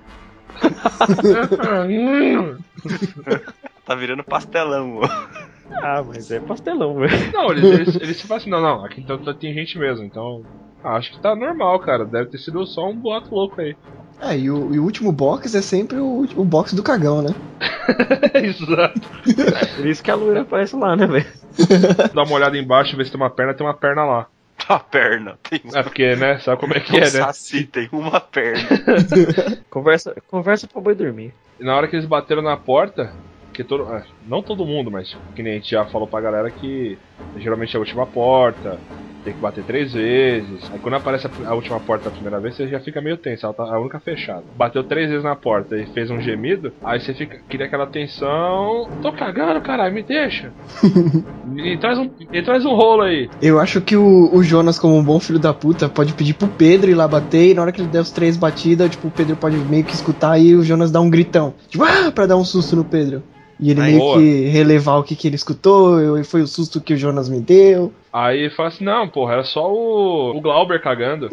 B: tá virando pastelão, ó.
D: Ah, mas é pastelão, velho.
A: Não, eles, eles, eles se falam assim, não, não, aqui então tá- tem gente mesmo, então. ah, acho que tá normal, cara. Deve ter sido só um boato louco aí.
F: É, e o, e o último box é sempre o, ulti- o box do cagão, né?
A: Exato.
D: Por isso que a loira aparece lá, né, velho?
A: Dá uma olhada embaixo, ver se tem uma perna, tem uma perna lá.
B: Uma perna, tem
A: É porque, né? Sabe como é que
B: um
A: é, né?
B: saci, tem uma perna.
D: Conversa, conversa pra boi dormir.
A: E na hora que eles bateram na porta, que todo. ah, Não todo mundo, mas que nem a gente já falou pra galera que geralmente é a última porta, tem que bater três vezes. Aí quando aparece a, a última porta a primeira vez, você já fica meio tenso, ela tá a única fechada. Bateu três vezes na porta e fez um gemido, aí você fica. Cria aquela tensão. Tô cagando, caralho, me deixa. e, traz um, e traz um rolo aí.
F: Eu acho que o, o Jonas, como um bom filho da puta, pode pedir pro Pedro ir lá bater, e na hora que ele der os três batidas, tipo, o Pedro pode meio que escutar e o Jonas dá um gritão. Tipo, ah, pra dar um susto no Pedro. E ele
A: Aí,
F: meio
A: boa.
F: que relevar o que, que ele escutou, eu- foi o susto que o Jonas me deu.
A: Aí fala assim, não, porra, era só o, o Glauber cagando.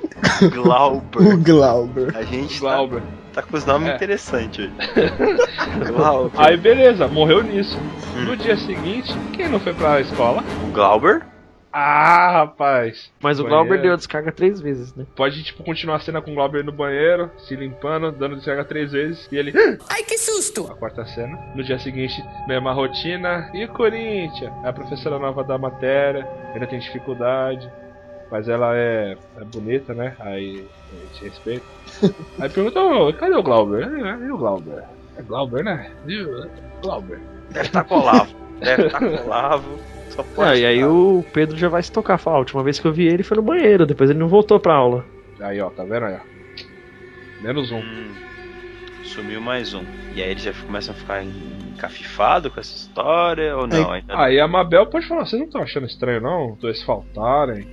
B: Glauber.
F: O Glauber.
B: A gente
A: Glauber.
B: tá, tá com os nomes
A: É.
B: interessantes aí. Glauber.
A: Aí beleza, morreu nisso.
D: Hum.
A: No dia seguinte, quem não foi pra escola?
B: O Glauber?
A: Ah, rapaz.
D: Mas o
A: Banheiro.
D: Glauber deu a descarga três vezes, né?
A: Pode, tipo, continuar a cena com o Glauber no banheiro, se limpando, dando descarga três vezes, e ele.
J: Ai, que susto!
A: A quarta cena. No dia seguinte, mesma rotina. E o Corinthians? É a professora nova da matéria, ainda tem dificuldade, mas ela é, é bonita, né? Aí a gente respeita. Aí pergunta, "Ô, cadê o Glauber? É, é, E o Glauber? É Glauber, né? Viu? Glauber.
B: Deve tá colavo. Deve tá colavo. Só pode.
D: Ah, e aí o Pedro já vai se tocar. Fala, a última vez que eu vi ele foi no banheiro, depois ele não voltou pra aula.
A: Aí, ó, tá vendo aí, ó? Menos
B: Hum.
A: um.
B: Sumiu mais um. E aí eles já começam a ficar encafifado com essa história ou não? Ainda não.
A: Aí a Mabel pode falar, vocês não estão achando estranho não? Os dois faltarem.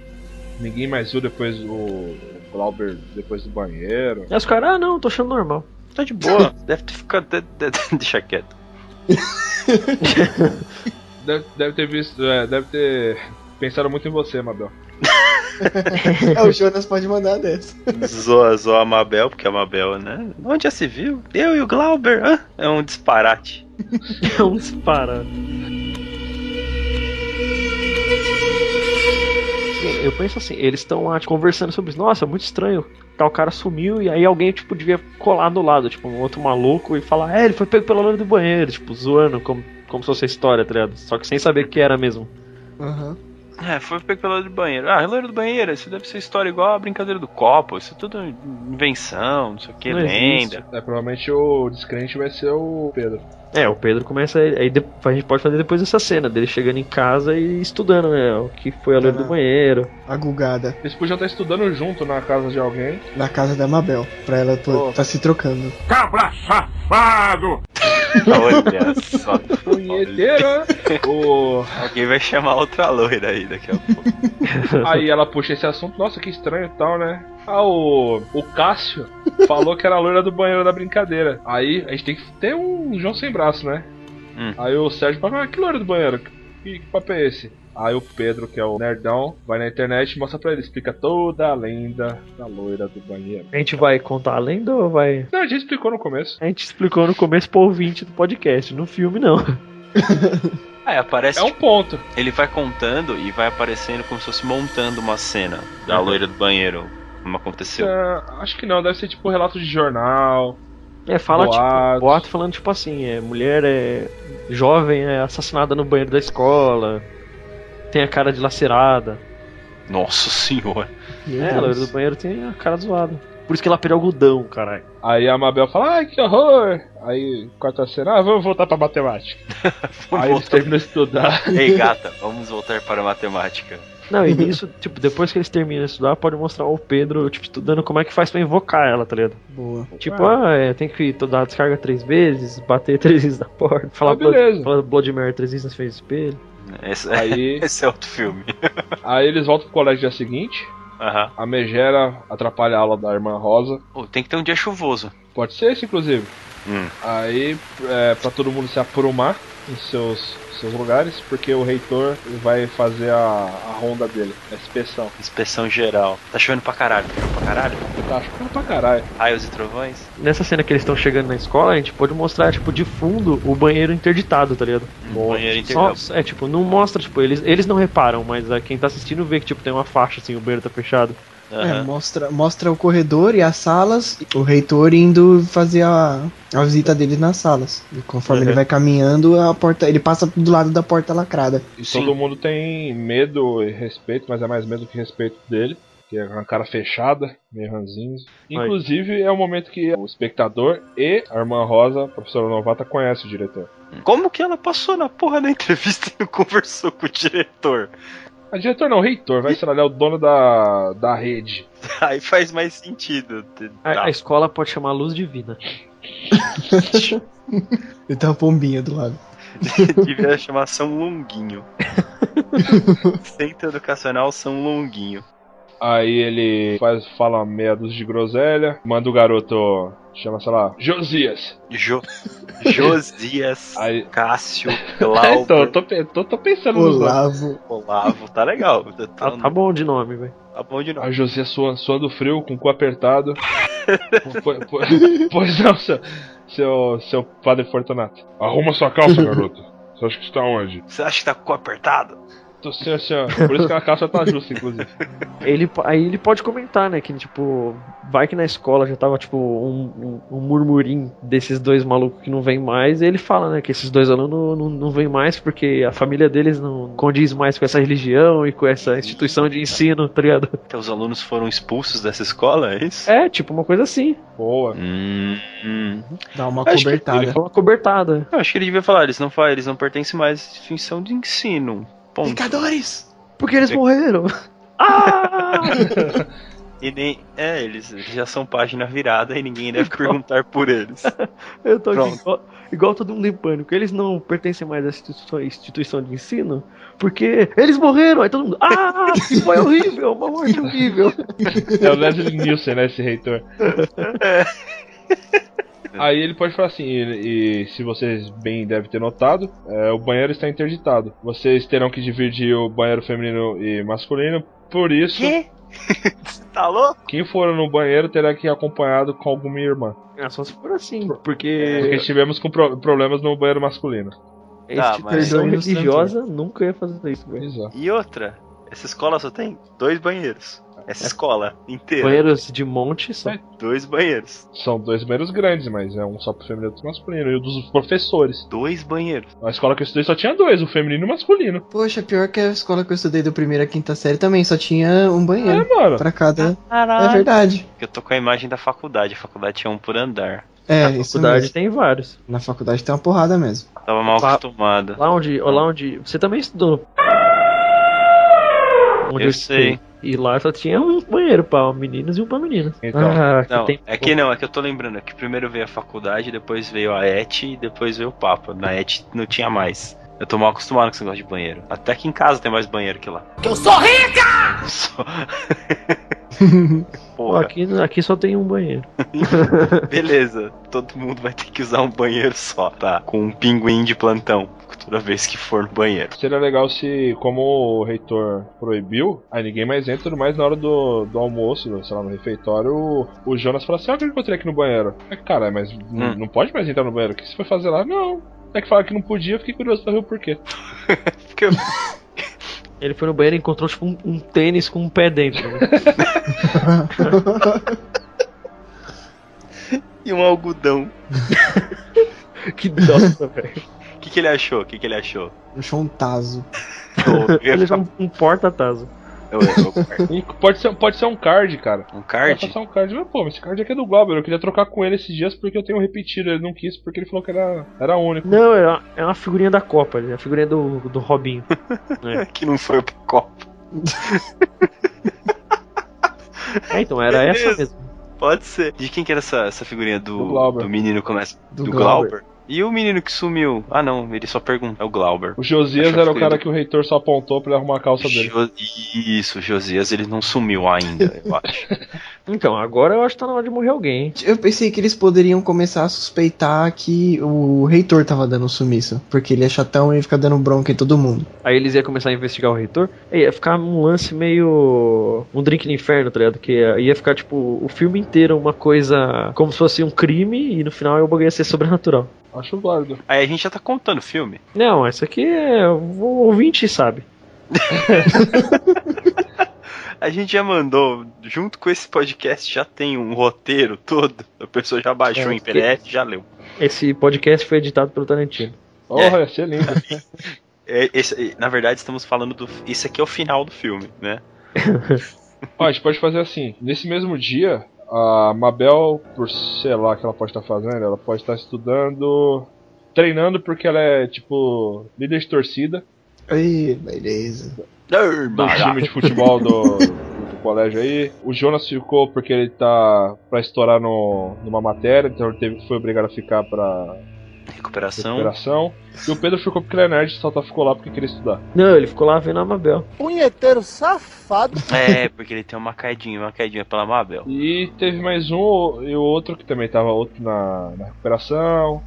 A: Ninguém mais viu depois o Glauber depois do banheiro.
D: Aí os caras, ah não, tô achando normal.
B: Tá de boa. Deve ter ficado. de- de- Deixa quieto.
A: Deve, deve ter visto. é, deve ter pensado muito em você, Mabel.
F: é, o Jonas pode mandar dessa.
B: Zoa, zoa a Mabel, porque a Mabel, né? Onde já se viu? Eu e o Glauber. hã? É um disparate.
D: É um disparado. Eu penso assim, eles estão lá tipo, conversando sobre isso. Nossa, muito estranho. Tal cara sumiu e aí alguém tipo devia colar do lado, tipo um outro maluco e falar, é, ele foi pego pela loira do banheiro, tipo zoando como, como se fosse a história, tá ligado? Só que sem saber o que era mesmo.
B: É, foi pego pelo lado do banheiro. Ah, loira do banheiro, isso deve ser história igual a brincadeira do copo. Isso é tudo invenção, não sei o que,
D: Não
B: lenda.
A: É, provavelmente o descrente vai ser o Pedro.
D: É, o Pedro começa. Aí de- a gente pode fazer depois essa cena dele chegando em casa e estudando, né? O que foi a loira do banheiro.
F: A gulgada.
A: Eles podiam estar estudando junto na casa de alguém.
F: Na casa da Mabel, pra ela pô, tá se trocando.
J: Cabra safado!
B: Tá, Olha só.
A: Punheteira! Ô,
B: Alguém vai chamar outra loira aí daqui a pouco.
A: Aí ela puxa esse assunto, nossa, que estranho e tal, né? Ah, o, o Cássio falou que era a loira do banheiro da brincadeira. Aí a gente tem que ter um João sem braço, né? Aí o Sérgio fala, ah, que loira do banheiro? Que, que papo é esse? Aí o Pedro, que é o nerdão, vai na internet e mostra pra ele, explica toda a lenda da loira do banheiro.
D: A gente vai contar a lenda ou vai.
A: Não, a gente explicou no começo.
D: A gente explicou no começo pro ouvinte do podcast, no filme não.
B: É, aparece.
A: É um ponto.
B: Ele vai contando e vai aparecendo como se fosse montando uma cena da
A: Uhum.
B: loira do banheiro. Como aconteceu.
A: Ah, acho que não, deve ser tipo relato de jornal.
D: É, fala
A: boatos.
D: tipo, boato falando tipo assim, é, mulher é jovem é assassinada no banheiro da escola, tem a cara dilacerada.
B: Nossa senhora.
D: é, a loira do banheiro tem a cara zoada. Por isso que ela pega algodão, caralho.
A: Aí a Mabel fala, ai que horror! Aí quarta cena, ah, vamos voltar pra matemática. Aí eles terminam de estudar.
B: Ei, gata, vamos voltar para a matemática.
D: Não, e nisso, tipo, depois que eles terminam de estudar, pode mostrar o Pedro, tipo, estudando como é que faz pra invocar ela, tá
A: É.
D: ligado?
F: Boa.
D: Tipo, ah, é, tem que dar a descarga três vezes, bater três vezes na porta, falar
A: Ah,
D: Blood,
A: beleza.
D: falar Blood Mary três vezes na frente do espelho.
B: Esse,
A: Aí-
B: esse é outro filme.
A: Aí eles voltam pro colégio dia seguinte.
B: Aham.
A: A Megera atrapalha a aula da irmã Rosa.
B: Pô, tem que ter um dia chuvoso.
A: Pode ser esse, inclusive.
B: Hum.
A: Aí, é, pra todo mundo se aprumar em seus, seus lugares, porque o reitor vai fazer a, a ronda dele, a inspeção.
B: Inspeção geral. Tá chovendo pra caralho. Tá chovendo pra caralho?
A: Tá chovendo pra caralho.
B: Raios e trovões?
D: Nessa cena que eles estão chegando na escola, a gente pode mostrar, tipo, de fundo o banheiro interditado, tá ligado?
B: Hum, banheiro
D: Só,
B: integral.
D: é, tipo, não mostra, tipo, eles, eles não reparam, mas ah, quem tá assistindo vê que, tipo, tem uma faixa, assim, o banheiro tá fechado.
F: É, mostra, mostra o corredor e as salas, o reitor indo fazer a, a visita dele nas salas. E conforme
A: Uhum.
F: ele vai caminhando, a porta, ele passa do lado da porta lacrada.
A: E todo mundo tem medo e respeito, mas é mais medo que respeito dele. Que é uma cara fechada, meio ranzinho. Inclusive, é o momento que o espectador e a irmã Rosa, a professora novata, conhece o diretor.
B: Como que ela passou na porra da entrevista e não conversou com o diretor?
A: A É diretor não, o reitor, vai ser lá, ele é o dono da, da rede.
B: Aí faz mais sentido.
D: A, a escola pode chamar Luz Divina.
F: Ele tem uma pombinha do lado.
B: Devia chamar São Longuinho. Centro Educacional São Longuinho.
A: Aí ele faz, fala meia dúzia de groselha, manda o garoto, chama, sei lá, Josias.
B: Jo Josias, Cássio,
A: então, eu
B: Glauber,
A: tô, pe- eu tô, tô pensando nos nomes.
F: Olavo.
B: Olavo. Tá legal. Tá, tá-
D: Tá bom de nome, velho.
B: tá bom de novo.
A: Aí o Josias suando, suando frio, com o cu apertado. Po- po- pois não, seu, seu, seu padre Fortunato.
I: Arruma sua calça, garoto. Você acha que está onde?
B: Você acha que tá com apertado?
A: Tô senhor, senhor. Por isso que a calça tá justa, inclusive.
D: Ele, po- aí ele pode comentar, né, que, tipo, vai que na escola já tava, tipo, um, um, um murmurim desses dois malucos que não vem mais, e ele fala, né, que esses dois alunos não, não vêm mais porque a família deles não condiz mais com essa religião e com essa instituição de ensino, tá ligado?
B: Então, os alunos foram expulsos dessa escola, é isso?
D: É, tipo, uma coisa assim.
A: Boa.
B: Hum, hum.
F: Dá uma
B: Acho que
F: cobertada.
D: Foi uma cobertada.
B: Eu acho que ele devia falar, eles não, fa- eles não pertencem mais à instituição de ensino. Ponto.
F: Pecadores!
D: Porque eles morreram. Ah!
B: E nem. É, eles eles já são página virada e ninguém deve perguntar por eles.
D: Eu tô aqui
B: Pronto.
D: igual, igual todo mundo em pânico. Eles não pertencem mais à instituição, instituição de ensino porque eles morreram. Aí todo mundo, ah, foi horrível, uma morte horrível.
A: É o Leslie Nielsen, né, esse reitor. Aí ele pode falar assim, e, e se vocês bem devem ter notado, é, o banheiro está interditado. Vocês terão que dividir o banheiro feminino e masculino, por isso...
B: Quê? Tá louco?
A: Quem for no banheiro terá que ir acompanhado com alguma irmã.
D: É só se for assim,
A: É, Porque
D: porque
A: estivemos com pro- problemas no banheiro masculino.
D: a
B: Tá,
D: instituição
F: mas-
D: religiosa nunca ia fazer isso, velho.
A: Exato.
B: E outra, essa escola só tem dois banheiros. Essa escola inteira.
D: Banheiros de monte só.
B: Dois banheiros.
A: São dois banheiros grandes, mas é um só pro feminino e outro masculino. E o dos professores.
B: Dois banheiros.
A: Na escola que eu estudei só tinha dois, o feminino e o masculino.
F: Poxa, pior que a escola que eu estudei do primeiro à quinta série também, só tinha um banheiro
A: É, mano.
F: pra cada.
B: Caralho.
F: É verdade.
B: Eu tô com a imagem da faculdade. A faculdade tinha um por andar.
F: É,
D: Na
F: isso
D: faculdade
F: mesmo.
D: tem vários.
F: Na faculdade tem uma porrada mesmo.
B: Tava mal
D: Tá.
B: acostumado.
D: Lá onde, ó, lá onde você também estudou.
B: Eu sei.
D: estudei. E lá só tinha um banheiro pra meninos e um pra meninas.
B: Então,
D: Ah,
B: não,
D: tem-
B: é que não, é que eu tô lembrando, é que primeiro veio a faculdade, depois veio a ET e depois veio o Papa. Na ET não tinha mais. Eu tô mal acostumado com esse negócio de banheiro. Até que em casa tem mais banheiro que lá.
J: Que eu sou rica!
B: Só-
D: Pô, aqui, aqui só tem um banheiro.
B: Beleza, todo mundo vai ter que usar um banheiro só, tá? Com um pinguim de plantão toda vez que for no banheiro.
A: Seria legal se, como o reitor proibiu, aí ninguém mais entra, tudo mais na hora do, do almoço, no- sei lá, no refeitório, o, o Jonas fala assim, olha o que eu encontrei aqui no banheiro. É, cara, mas n-
B: Hum.
A: não pode mais entrar no banheiro, o que você foi fazer lá? Não. É que falaram que não podia, eu fiquei curioso pra ver o porquê.
D: Ele foi no banheiro e encontrou tipo um, um tênis com um pé dentro. né?
B: E um algodão.
D: que nossa, velho.
B: O que, que ele achou? O que, que ele achou?
F: Achou um taso.
D: Ele é um, um porta-taso.
A: E pode, ser, pode ser um card, cara.
B: Um
A: Pode passar um card. Mas, pô, mas esse card aqui é do Glauber. Eu queria trocar com ele esses dias porque eu tenho repetido. Ele não quis porque ele falou que era, era único.
D: Não, é uma, é uma figurinha da Copa, é a figurinha do, do Robinho. É.
B: que não foi pra Copa.
D: É, então, era essa
B: Beleza.
D: mesmo.
B: Pode ser. De quem que era essa, essa figurinha do,
D: Do Glauber.
B: do menino que começa?
D: Do
B: Do,
D: Glauber.
B: Glauber. E o menino que sumiu? Ah não, ele só pergunta. É o Glauber.
A: O Josias era o cara que o reitor só apontou pra ele arrumar a calça dele.
B: Jo- Isso, o Josias ele não sumiu ainda, eu acho.
D: Então, agora eu acho que tá na hora de morrer alguém. hein?
F: Eu pensei que eles poderiam começar a suspeitar que o reitor tava dando sumiço. Porque ele é chatão e fica dando bronca em todo mundo.
D: Aí eles iam começar a investigar o reitor. E ia ficar um lance meio. Um drink no inferno, tá ligado? Que ia ia ficar, tipo, o filme inteiro uma coisa. Como se fosse um crime e no final eu bagulho ia ser sobrenatural.
A: Acho válido.
B: Aí a gente já tá contando o filme.
D: Não, essa aqui é. O ouvinte sabe.
B: A gente já mandou, junto com esse podcast, já tem um roteiro todo. A pessoa já baixou
D: É,
B: em PDF, já leu.
D: Esse podcast foi editado pelo Tarantino.
A: Porra, ia ser lindo.
B: É, esse- na verdade, estamos falando do. Isso aqui é o final do filme, né?
A: Ó, a gente pode fazer assim. Nesse mesmo dia, a Mabel, por sei lá o que ela pode estar fazendo, ela pode estar estudando, treinando porque ela é, tipo, líder de torcida.
F: Aí, beleza.
A: do time de futebol do, do colégio aí. O Jonas ficou porque ele tá pra estourar no, numa matéria, então ele teve, foi obrigado a ficar pra
B: Recuperação.
A: recuperação. E o Pedro ficou porque ele é nerd, só tá- ficou lá porque queria estudar.
D: Não, ele ficou lá vendo a Mabel.
N: Punheteiro safado.
B: É, porque ele tem uma caidinha, uma caidinha pela Mabel.
A: E teve mais um e o outro que também tava outro na, na recuperação,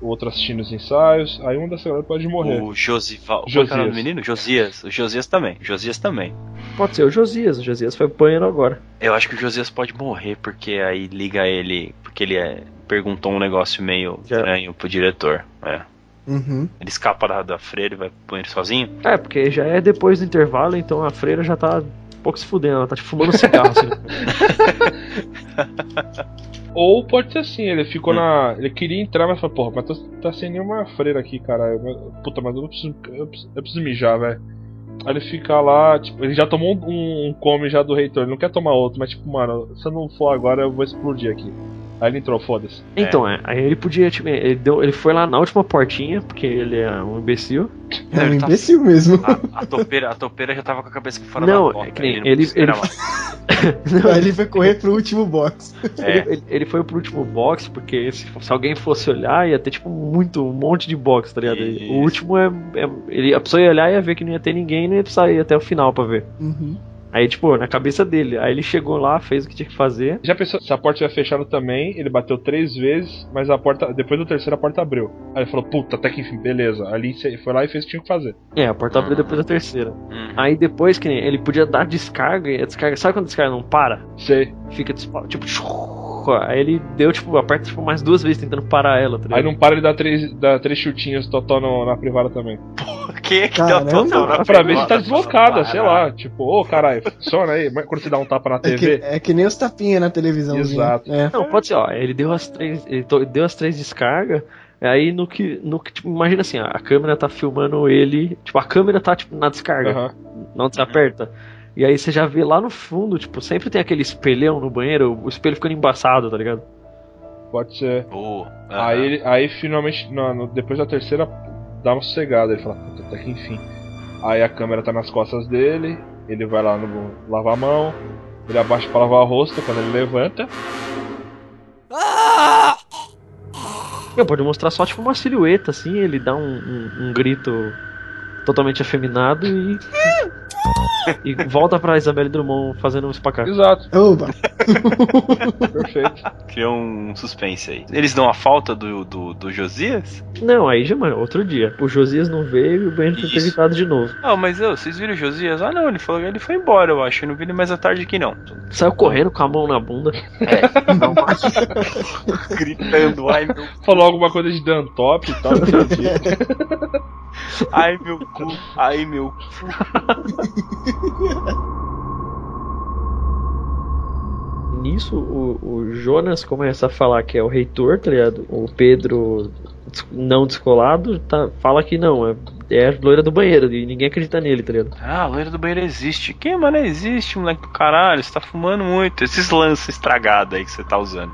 A: o outro assistindo os ensaios. Aí um da semana pode morrer.
B: O Josival. Qual que é o nome
A: Josias.
B: do menino? Josias. O Josias também. Josias também.
D: Pode ser o Josias. O Josias foi pro banheiro agora.
B: Eu acho que o Josias pode morrer, porque aí liga ele. Porque ele é- perguntou um negócio meio
D: é-
B: estranho pro diretor. É.
F: Uhum.
B: Ele escapa da, da freira e vai pro banheiro sozinho.
D: É, porque já é depois do intervalo, então a freira já tá um pouco se fudendo, ela tá tipo, fumando cigarro. assim.
A: Ou pode ser assim, ele ficou na. Ele queria entrar, mas falou, porra, mas tá, tá sem nenhuma freira aqui, caralho. Mas- Puta, mas eu preciso. Eu preciso, eu preciso mijar, velho. Aí ele fica lá, tipo, ele já tomou um, um come já do reitor, ele não quer tomar outro, mas tipo, mano, se eu não for agora, eu vou explodir aqui. Aí ele entrou, foda-se.
D: Então, é. aí ele podia, tipo, ele, deu, ele foi lá na última portinha, porque ele é um imbecil.
F: É
A: tá
F: um imbecil mesmo.
B: tá-
A: Ah,
B: A topeira, a topeira já tava com a cabeça fora
D: Não,
B: da porta.
D: é que nem
B: não
D: ele-
B: espera
D: ele-
B: mais.
A: É.
F: Aí ele vai correr pro último box.
D: Ele, ele- ele foi pro último box, porque se, se alguém fosse olhar, ia ter, tipo, muito, um monte de box, tá ligado? O último é. é- ele, a pessoa ia olhar e ia ver que não ia ter ninguém, não ia precisar ir até o final pra ver.
F: Uhum.
D: Aí, tipo, na cabeça dele. Aí ele chegou lá, fez o que tinha que fazer.
A: Já pensou, se a porta tiver fechada também, ele bateu três vezes, mas a porta. Depois do terceiro a porta abriu. Aí ele falou, puta, até que enfim, beleza. Ali você foi lá e fez o que tinha que fazer.
D: É, a porta abriu depois da terceira. Aí depois, que nem, ele podia dar descarga e a descarga. Sabe quando a descarga não para?
A: Sei.
D: Fica dispa- tipo. tchurru, Aí ele deu, tipo, aperta tipo, mais duas vezes tentando parar ela, tá ligado?
A: Aí não para ele dar três, dar três chutinhos totó no- na privada também.
B: Quem é que
A: Caramba,
B: deu a total
A: pra ver
B: na
A: se
B: privada?
A: tá deslocada, sei lá. Tipo, ô caralho, funciona aí. Mas Quando você dá um tapa na
F: É que,
A: TV.
F: é que nem os tapinhas na televisão.
A: Exato.
F: É.
D: Não, pode ser, ó, ele deu as três, ele to- deu as três descargas, aí no que, no que, tipo, imagina assim, ó, a câmera tá filmando ele, tipo, a câmera tá, tipo, na
F: é,
D: descarga, não se aperta. E aí você já vê lá no fundo, tipo, sempre tem aquele espelhão no banheiro, o espelho ficando embaçado, tá ligado?
A: Pode ser.
B: Boa.
A: Aí, ele- aí finalmente, na- no- depois da terceira, dá uma sossegada. Ele fala, puta, até que enfim. Aí a câmera tá nas costas dele. ele vai lá no lavar a mão, ele abaixa pra lavar o rosto quando ele levanta.
D: Não, pode mostrar só tipo uma silhueta, assim, ele dá um, um- um grito totalmente afeminado e. e volta pra Isabelle Drummond fazendo um espacar.
A: Exato.
F: Oba.
A: Perfeito.
B: Criou um suspense aí. Eles dão a falta do, do, do Josias?
D: Não, aí já, mano, outro dia. O Josias não veio e o Breno foi evitado de novo.
B: Ah, mas eu, vocês viram o Josias? Ah, não, ele falou que ele foi embora, eu acho. Eu não vi ele mais à tarde aqui, não.
D: Saiu correndo com a mão na bunda.
B: Gritando, ai meu.
A: Falou alguma coisa de Dantop e tal. não sei o quê.
B: Ai meu cu, ai meu cu.
D: Nisso, o, o Jonas começa a falar que é o reitor, tá ligado? O Pedro, des- não descolado, tá, fala que não, é, é a loira do banheiro e ninguém acredita nele, tá ligado?
B: Ah, a loira do banheiro existe. Que, mano, existe, moleque do caralho. Você tá fumando muito. Esses lances estragados aí que você tá usando.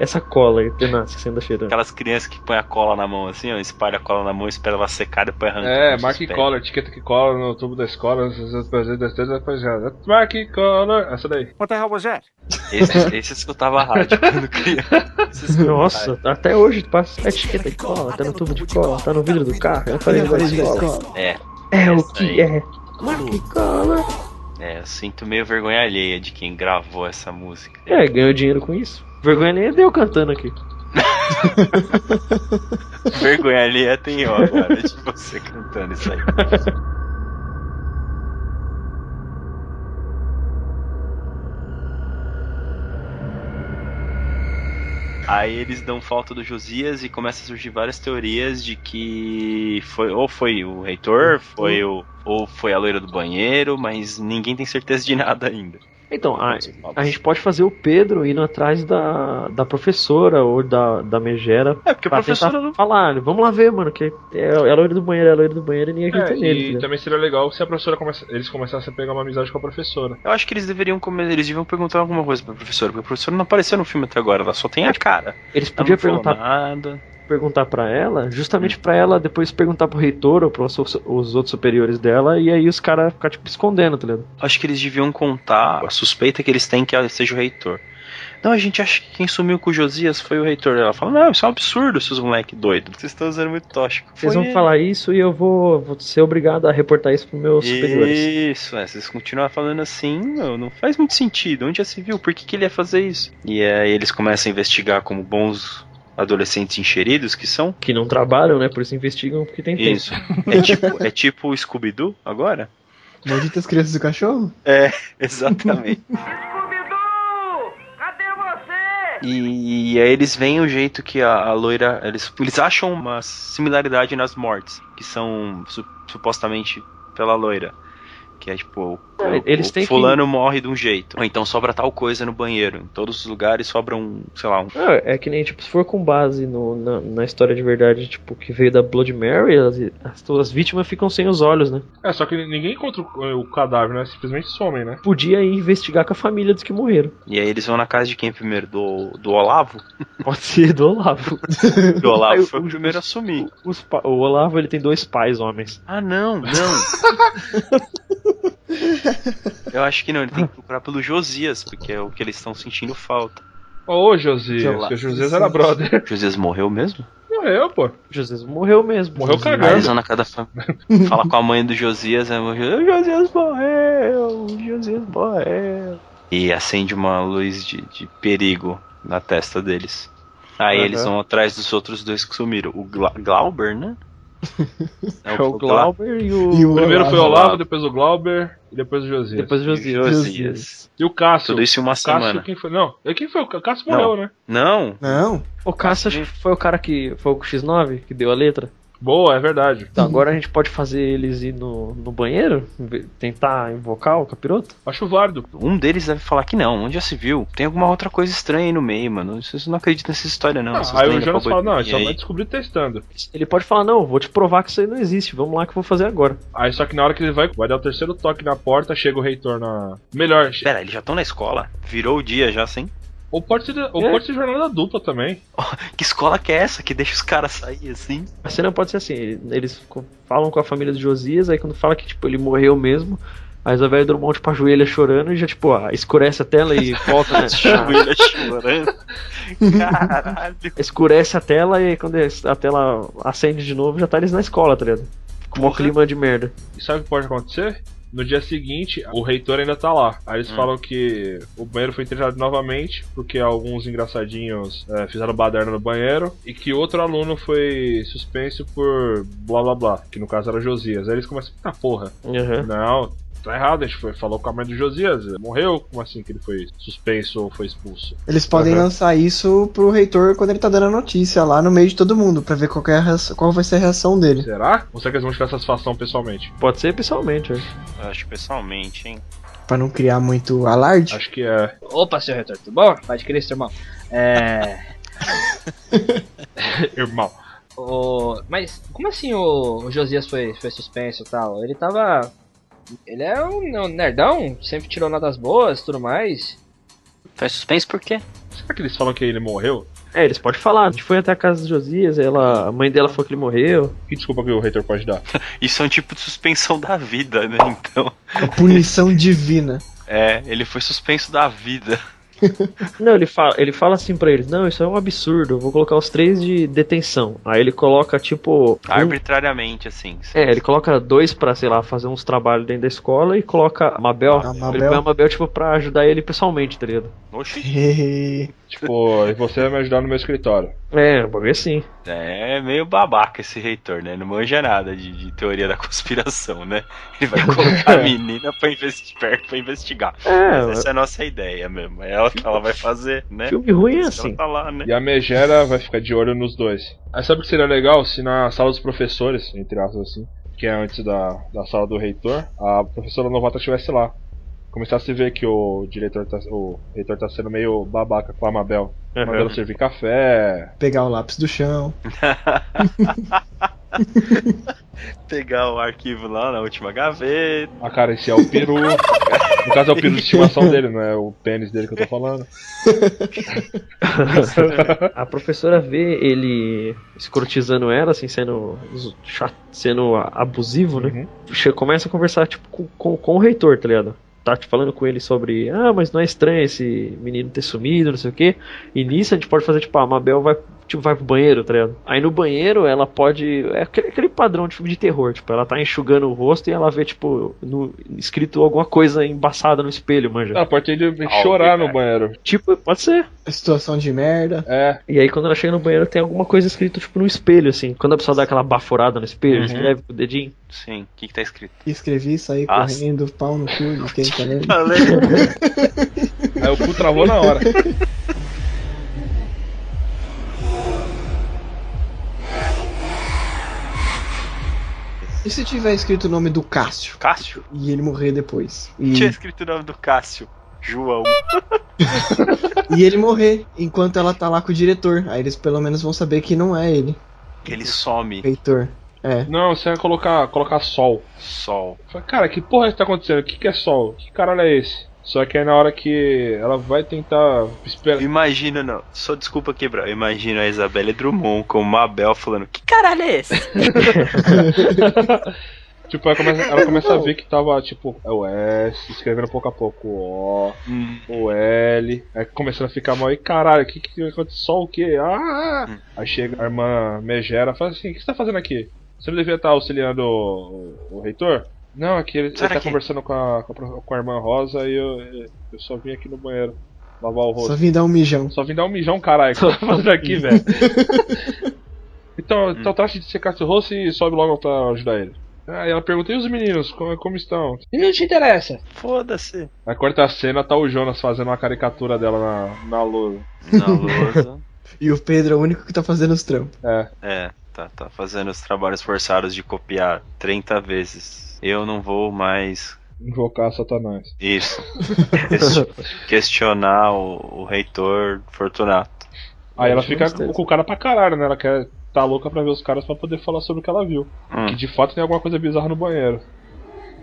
D: Essa cola aí, tenaz, que você ainda cheirando.
B: Aquelas crianças que põem a cola na mão assim, ó, espalha a cola na mão, espera ela secar e depois arranca.
A: É,
B: com
A: marca
B: seus
A: e
B: pés.
A: cola, etiqueta que cola no tubo da escola, marca e cola, essa daí.
O: What the hell was that?
B: Esses, esses escutavam a rádio quando criança. Esses
D: Nossa, até hoje passa a etiqueta de cola, tá no tubo de cola, tá no vidro do carro, é a parede da escola.
B: É.
D: É o
B: Essa aí.
D: que é. Marque cola.
B: É, eu sinto meio vergonha alheia de quem gravou essa música.
D: É, ganhou dinheiro com isso. Vergonha nem é deu cantando aqui.
B: vergonha alheia tem ó agora é de você cantando isso aí. Aí eles dão falta do Josias e começa a surgir várias teorias de que foi ou foi o reitor, foi o ou foi a loira do banheiro, mas ninguém tem certeza de nada ainda.
D: Então, a, a gente pode fazer o Pedro indo atrás da, da professora ou da, da megera. É,
B: porque a professora
D: não... falar, vamos lá ver, mano, que é, é a loira do banheiro, é a loira do banheiro e ninguém
A: É,
D: acredita né?" nele.
A: e
D: entendeu?
A: também seria legal se a professora começa, eles começassem a pegar uma amizade com a professora.
B: Eu acho que eles deveriam come- eles deviam perguntar alguma coisa pra professora, porque a professora não apareceu no filme até agora, ela só tem a cara.
D: Eles
B: Ela não
D: podiam
B: falou
D: perguntar-
B: nada.
D: Perguntar pra ela, justamente pra ela depois perguntar pro reitor ou pros os outros superiores dela, e aí os caras ficar tipo escondendo, tá ligado?
B: Acho que eles deviam contar a suspeita que eles têm que seja o reitor. Não, a gente acha que quem sumiu com o Josias foi o reitor. Ela fala, não, isso é um absurdo, seus moleque doido. Vocês estão usando muito tóxico.
D: Vocês
B: Foi
D: vão falar isso e eu vou, vou ser obrigado a reportar isso pros meus superiores.
B: Isso, é, se vocês continuarem falando assim, meu, não faz muito sentido. Onde já se viu? Por que, que ele ia fazer isso? E aí eles começam a investigar como bons adolescentes encheridos que são.
D: Que não trabalham, né? Por isso investigam porque tem tempo.
B: Isso. É tipo, é tipo o Scooby-Doo agora?
F: Malditas crianças do cachorro?
B: É, exatamente. E, e aí eles veem o jeito que a, a loira. Eles, eles acham uma similaridade nas mortes, que são su- supostamente pela loira. Que é tipo, o,
D: É, eles
B: o
D: têm que-
B: fulano morre de um jeito. Ou então sobra tal coisa no banheiro. Em todos os lugares sobra um, sei lá, um.
D: Não, é que nem, tipo, se for com base no- na, na história de verdade, tipo, que veio da Blood Mary, as, as, as vítimas ficam sem os olhos, né?
A: É, só que ninguém encontra o, o cadáver, né? Simplesmente somem, né?
D: Podia ir investigar com a família dos que morreram.
B: E aí eles vão na casa de quem primeiro? Do, do Olavo?
D: Pode ser do Olavo.
B: Do
D: Aí
B: Olavo
D: o-
B: foi o primeiro a sumir.
D: os pa- o Olavo, ele tem dois pais homens.
B: Ah, não, não. Eu acho que não, ele tem que procurar pelo Josias, porque é o que eles estão sentindo falta.
A: Ô, Josias,
B: Sei
A: que o
B: lá.
A: Josias era brother.
B: Josias morreu mesmo?
A: Morreu, pô.
D: Josias morreu mesmo.
A: Morreu
B: Aí eles vão
A: cagando.
B: na casa da família. Fala com a mãe do Josias, né?
D: O Josias morreu, é o é. Josias morreu.
B: E acende uma luz de, de perigo na testa deles. Aí
D: Aham.
B: eles vão atrás dos outros dois que sumiram. O Gla- Glauber, né?
D: É o Glauber e o...
A: Primeiro foi o Olavo, depois o Glauber e depois o Josias.
D: Depois o Josias. Josias.
A: E o Cássio.
B: Tudo isso em uma
A: o Cássio,
B: semana.
A: Quem foi? Não, e quem foi? O Cássio
B: Não.
A: morreu, né?
B: Não.
F: Não.
D: O Cássio acho que foi o cara que foi o X9 que deu a letra.
A: Boa, é verdade.
D: Então agora a gente pode fazer eles ir no, no banheiro? Ve- Tentar invocar o capiroto?
A: Acho válido.
B: Um deles deve falar que não, onde já se viu? Tem alguma outra coisa estranha aí no meio, mano. Vocês não acreditam nessa história, não.
A: Ah,
B: Vocês
A: aí
B: não
A: o
B: ainda
A: Jonas
B: pra
A: fala, não, é a
B: boicotear
A: gente só
B: aí."
A: vai descobrir testando.
D: Ele pode falar, não, vou te provar que isso aí não existe, vamos lá que eu vou fazer agora.
A: Aí só que na hora que ele vai, vai dar o terceiro toque na porta, chega o reitor na. Melhor.
B: Pera, eles já estão na escola? Virou o dia já, assim? sim?
A: Ou pode ser, ou
B: É.
A: pode ser jornada dupla também.
B: Que escola que é essa que deixa os caras sair assim?
D: A cena pode ser assim, ele- eles co- falam com a família do Josias, aí quando fala que tipo, ele morreu mesmo, A Isabelle Drummond, tipo, ajoelha chorando e já, tipo, ah, escurece a tela e volta, né?
B: Ajoelha chorando. Caralho.
D: Escurece a tela e quando a tela acende de novo, já tá eles na escola, tá ligado? Com
O: Uhum.
D: um clima de merda.
A: E sabe o que pode acontecer? No dia seguinte, o reitor ainda tá lá. Aí eles
B: Hum.
A: falam que o banheiro foi entregado novamente, porque alguns engraçadinhos é, fizeram baderna no banheiro, e que outro aluno foi suspenso por blá blá blá, que no caso era Josias. Aí eles começam, tá porra,
D: Uhum.
A: não, tá errado, a gente foi, falou com a mãe do Josias, ele morreu, como assim que ele foi suspenso ou foi expulso?
F: Eles podem
A: Aham.
F: lançar isso pro reitor quando ele tá dando a notícia lá no meio de todo mundo, pra ver qual, que é a reação- qual vai ser a reação dele.
A: Será? Ou será que eles vão tirar satisfação pessoalmente?
D: Pode ser pessoalmente, é.
B: Acho que pessoalmente, hein?
F: Pra não criar muito alarde.
A: Acho que é.
O: Opa, seu reitor, tudo bom? Pode crer, seu irmão. É.
A: irmão.
O: O... Mas como assim o, o Josias foi, foi suspenso e tal? Ele tava. Ele é um, um nerdão, sempre tirou notas boas tudo mais.
B: Foi suspenso por quê?
A: Será que eles falam que ele morreu?
D: É, eles podem falar. A gente foi até a casa do Josias, ela, a mãe dela falou que ele morreu.
A: Que desculpa que o reitor pode dar?
B: Isso é um tipo de suspensão da vida, né? Então.
F: A punição divina.
B: É, ele foi suspenso da vida.
D: Não, ele fala, ele fala assim pra eles: Não, isso é um absurdo, eu vou colocar os três de detenção. Aí ele coloca, tipo. um-
B: Arbitrariamente, assim.
D: É, ele coloca dois pra, sei lá, fazer uns trabalhos dentro da escola e coloca a Mabel. Ele
F: Mabel.
D: põe a Mabel, tipo, pra ajudar ele pessoalmente, tá ligado?
B: Oxi.
A: tipo, e você vai me ajudar no meu escritório.
D: É, o bagulho é assim.
B: É meio babaca esse reitor, né? Não manja nada de, de teoria da conspiração, né? Ele vai colocar a menina pra investigar. Pra investigar.
A: É,
B: Mas essa é a nossa ideia mesmo. É ela que ela vai fazer, né?
D: é
B: Ela
D: assim.
B: tá lá, né?
A: E a Megera vai ficar de olho nos dois. Aí sabe o que seria legal se na sala dos professores, entre aspas assim, que é antes da, da sala do reitor, a professora novata estivesse lá. Começasse a ver que o diretor tá, o reitor tá sendo meio babaca com a Mabel.
F: Uhum.
A: Mandando servir café.
F: Pegar o lápis do chão.
B: Pegar o arquivo lá na última gaveta.
A: Acariciar o peru. No caso é o peru de estimação dele, não é o pênis dele que eu tô falando.
D: a professora vê ele escrotizando ela, assim, sendo zo- chato, sendo a- abusivo, né? Che- Começa a conversar, tipo, com, com, com o reitor, tá ligado? Tá te falando com ele sobre, ah, mas não é estranho esse menino ter sumido, não sei o quê. E nisso a gente pode fazer, tipo, ah, a Mabel vai, tipo, vai pro banheiro, tá ligado? Aí no banheiro ela pode. É aquele, aquele padrão de filme de terror, tipo, ela tá enxugando o rosto e ela vê, tipo, no, escrito alguma coisa embaçada no espelho, manja.
A: Ah, pode ter ido chorar no banheiro.
D: Tipo, pode ser.
F: Situação de merda.
A: É.
D: E aí quando ela chega no banheiro tem alguma coisa escrito tipo no espelho, assim. Quando a pessoa dá aquela baforada no espelho,
B: Uhum.
D: escreve com o dedinho.
B: Sim, o que, que tá escrito?
F: Escrevi, saí
D: Ah,
F: correndo, pau no cu de quem tá lendo.
A: Aí o cu travou na hora.
F: E se tiver escrito o nome do Cássio?
B: Cássio?
F: E ele morrer depois. E,
B: Tinha escrito o nome do Cássio. João.
F: e ele morrer enquanto ela tá lá com o diretor. Aí eles pelo menos vão saber que não é ele.
B: Que ele some.
F: Heitor. É.
A: Não, você vai colocar, colocar sol.
B: Sol.
A: Fala, Cara, que porra que tá acontecendo? O que, que é sol? Que caralho é esse? Só que aí na hora que ela vai tentar esperar.
B: Imagina, não. Só desculpa quebrar. Imagina a Isabelle Drummond com Mabel falando que caralho é esse?
A: Tipo, ela começa, ela começa a ver que tava, tipo, é o S, escrevendo pouco a pouco o O,
B: Hum,
A: o L. Aí começando a ficar mal. E caralho, o que que aconteceu? Sol o quê? Ah! Aí chega a irmã Megera e fala assim: o que você tá fazendo aqui? Você não devia estar auxiliando o, o- o reitor? Não, aqui ele, ele
B: Sai
A: tá
B: daqui.
A: conversando com a, com a pro- com a irmã Rosa e eu, eu só vim aqui no banheiro lavar o rosto.
F: Só vim dar um mijão.
A: Só vim dar um mijão, caralho. O que você tá fazendo aqui, velho? então, então trate de secar seu rosto e sobe logo pra ajudar ele. Aí ela pergunta, e os meninos, como, como estão?
O: E não te interessa.
B: Foda-se.
A: Na quarta cena tá o Jonas fazendo uma caricatura dela na, na lousa.
B: Na lousa.
F: E o Pedro é o único que tá fazendo os trampos.
A: É.
B: É, tá, tá fazendo os trabalhos forçados de copiar 30 vezes. Eu não vou mais.
A: Invocar Satanás.
B: Isso. Ques- Questionar o, o reitor Fortunato.
A: Aí ela fica com o cara pra caralho, né? Ela quer tá louca pra ver os caras pra poder falar sobre o que ela viu.
B: Hum.
A: Que de fato tem alguma coisa bizarra no banheiro.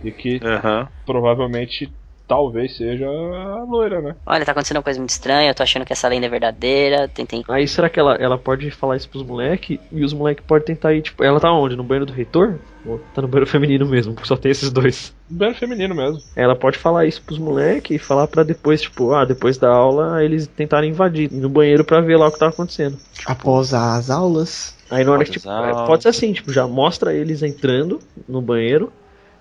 A: E que
B: Aham.
A: provavelmente talvez seja a loira, né?
P: Olha, tá acontecendo uma coisa muito estranha, eu tô achando que essa lenda é verdadeira, tentei...
D: Aí será que ela, ela pode falar isso pros moleques e os moleques podem tentar ir, tipo, ela tá onde? No banheiro do reitor? Ou tá no banheiro feminino mesmo, porque só tem esses dois.
A: Banheiro feminino mesmo.
D: Ela pode falar isso pros moleques e falar pra depois, tipo, ah, depois da aula eles tentarem invadir ir no banheiro pra ver lá o que tá acontecendo.
F: Após as aulas.
D: Aí na hora que, tipo,
F: Após as
D: pode ser assim, tipo, já mostra eles entrando no banheiro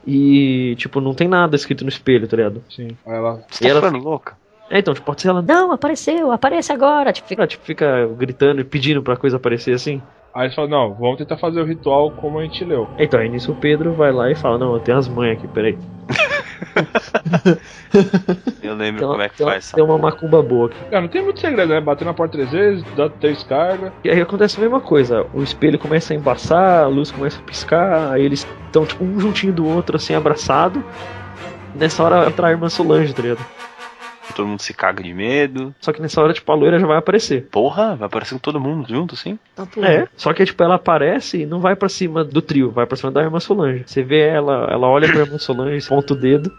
D: e, tipo, não tem nada escrito no espelho, tá ligado?
A: Sim. Aí ela.
D: Você tá ficando louca? É, então, tipo, pode ser ela. Não, apareceu, aparece agora. Tipo, fica, tipo, fica gritando e pedindo pra coisa aparecer assim.
A: Aí eles falam, não, vamos tentar fazer o ritual como a gente leu.
D: Então, aí nisso o Pedro vai lá e fala: Não, eu tenho as mães aqui, peraí.
B: Eu lembro
D: Tem uma-
B: como é que
D: tem uma-
B: faz.
D: Então, Tem uma macumba boa aqui.
A: Cara, não tem muito segredo, né? Bater na porta três vezes, dá três cargas.
D: E aí acontece a mesma coisa, o espelho começa a embaçar, a luz começa a piscar, aí eles estão tipo um juntinho do outro, assim, abraçado. Nessa hora entra a irmã Solange, tá ligado?
B: Todo mundo se caga de medo.
D: Só que nessa hora, tipo, a loira já vai aparecer.
B: Porra, vai aparecendo todo mundo junto, assim?
J: Uhum.
D: É, só que tipo, ela aparece e não vai pra cima do trio, vai pra cima da irmã Solange. Você vê ela, ela olha pra irmã Solange, ponta o dedo.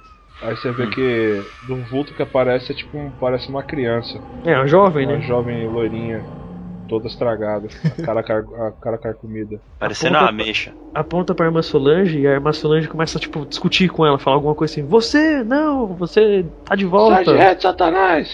A: Aí você
D: Hum.
A: vê que de um vulto que aparece é tipo um- parece uma criança.
D: É, uma jovem, né?
A: Uma jovem loirinha, toda estragada, a cara, car a cara carcomida.
B: Parecendo uma ameixa.
D: aponta pra irmã Solange e a irmã Solange começa tipo, discutir com ela, falar alguma coisa assim: Você, não, você tá de
A: Sai
D: volta.
A: de reto, Satanás!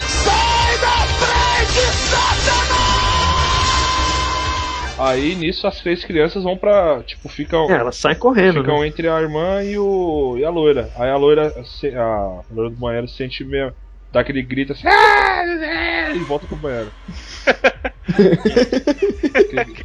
A: Aí nisso as três crianças vão pra. Tipo, ficam.
D: É, elas saem correndo,
A: Ficam
D: né?
A: entre a irmã e, o, e a loira. Aí a loira, se- a loira do banheiro sente mesmo. Dá aquele grito assim. "Ah, é", E volta pro banheiro.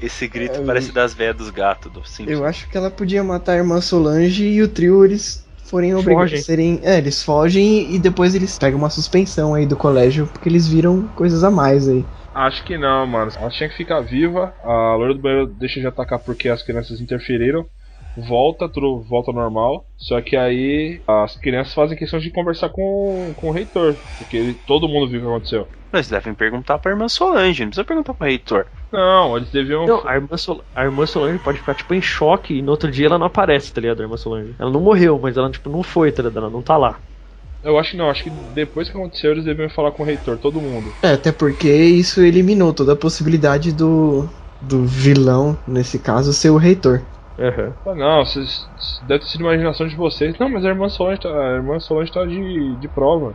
B: Esse grito parece das veias dos gatos, do Simpsons.
F: Eu acho que ela podia matar a irmã Solange e o trio eles forem
B: Fogem.
F: obrigados a serem. É, eles fogem e depois eles pegam uma suspensão aí do colégio porque eles viram coisas a mais aí.
A: Acho que não, mano. Ela tinha que ficar viva. A loira do banheiro deixa de atacar porque as crianças interferiram. Volta, tudo volta ao normal. Só que aí as crianças fazem questão de conversar com, com o reitor. Porque ele- todo mundo viu o que aconteceu.
B: Mas devem perguntar pra irmã Solange, não precisa perguntar pro reitor.
A: Não, eles deviam.
D: Não, a irmã, Sol- a irmã Solange pode ficar, tipo, em choque e no outro dia ela não aparece, tá ligado? A irmã Solange. Ela não morreu, mas ela, tipo, não foi, tá ligado? Ela não tá lá.
A: Eu acho que não, acho que depois que aconteceu eles deviam falar com o reitor, todo mundo.
F: É, até porque isso eliminou toda a possibilidade do. do vilão, nesse caso, ser o reitor.
A: Ah, não, vocês, deve ter sido imaginação de vocês. Não, mas a irmã Solange tá, a irmã Solange tá de, de prova.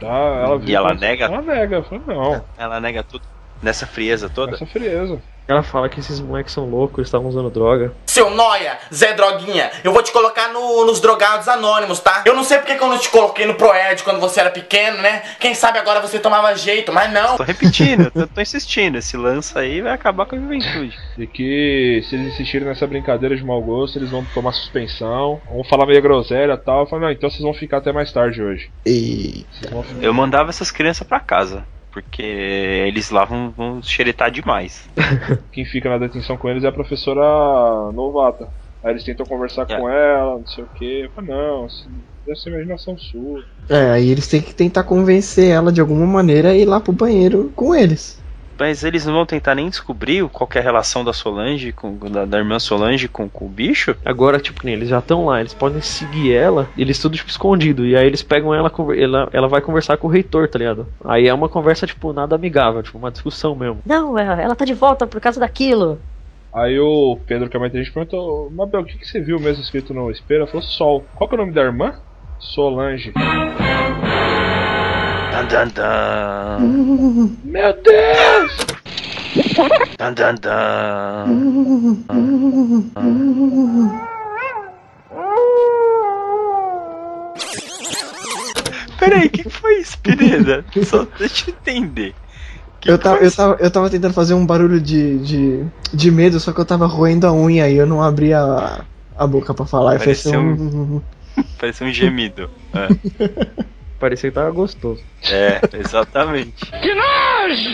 A: Tá, ela viu
B: e ela
A: como-
B: nega?
A: Ela nega, eu falei, não.
B: Ela nega tudo. Nessa frieza toda? Nessa
A: frieza.
D: Ela fala que esses moleques são loucos, eles estavam usando droga.
Q: Seu Noia, Zé Droguinha, eu vou te colocar no- nos drogados anônimos, tá? Eu não sei porque que eu não te coloquei no Proed quando você era pequeno, né? Quem sabe agora você tomava jeito, mas não.
B: Tô repetindo, tô, tô insistindo. Esse lance aí vai acabar com a juventude.
A: E que se eles insistirem nessa brincadeira de mau gosto, eles vão tomar suspensão, vão falar meio groselha e tal. Eu falei, não, então vocês vão ficar até mais tarde hoje. Vocês vão ficar-
B: Eu mandava essas crianças pra casa. Porque eles lá vão, vão xeretar demais.
A: Quem fica na detenção com eles é a professora novata. Aí eles tentam conversar
B: É.
A: com ela, não sei o que. Eu falei, não, isso deve ser imaginação sua.
F: É, aí eles têm que tentar convencer ela de alguma maneira a ir lá pro banheiro com eles.
B: Mas eles não vão tentar nem descobrir qual que é a relação da Solange, com, da, da irmã Solange com, com o bicho?
D: Agora, tipo, que nem eles já estão lá, eles podem seguir ela, e eles tudo, tipo, escondido. E aí eles pegam ela, conver- ela, ela vai conversar com o reitor, tá ligado? Aí é uma conversa, tipo, nada amigável, tipo, uma discussão mesmo.
P: Não, ela ela tá de volta por causa daquilo.
A: Aí o Pedro, que é mais inteligente, perguntou: Mabel, o que, que você viu mesmo escrito no espelho? Ela falou: Sol. Qual que é o nome da irmã? Solange.
B: Dan, dan, dan.
A: Meu Deus!
B: Dan, dan, dan. Peraí, o que foi isso, querida? Só deixa eu entender.
F: Eu tava, eu, tava, eu tava tentando fazer um barulho de, de, de medo, só que eu tava roendo a unha e eu não abri a, a boca pra falar. Eu falei assim,
B: Pareceu um-
F: "Hum, hum,
B: Parecia um gemido.
D: Parecia que tava gostoso.
B: É, é exatamente.
J: Que nojo!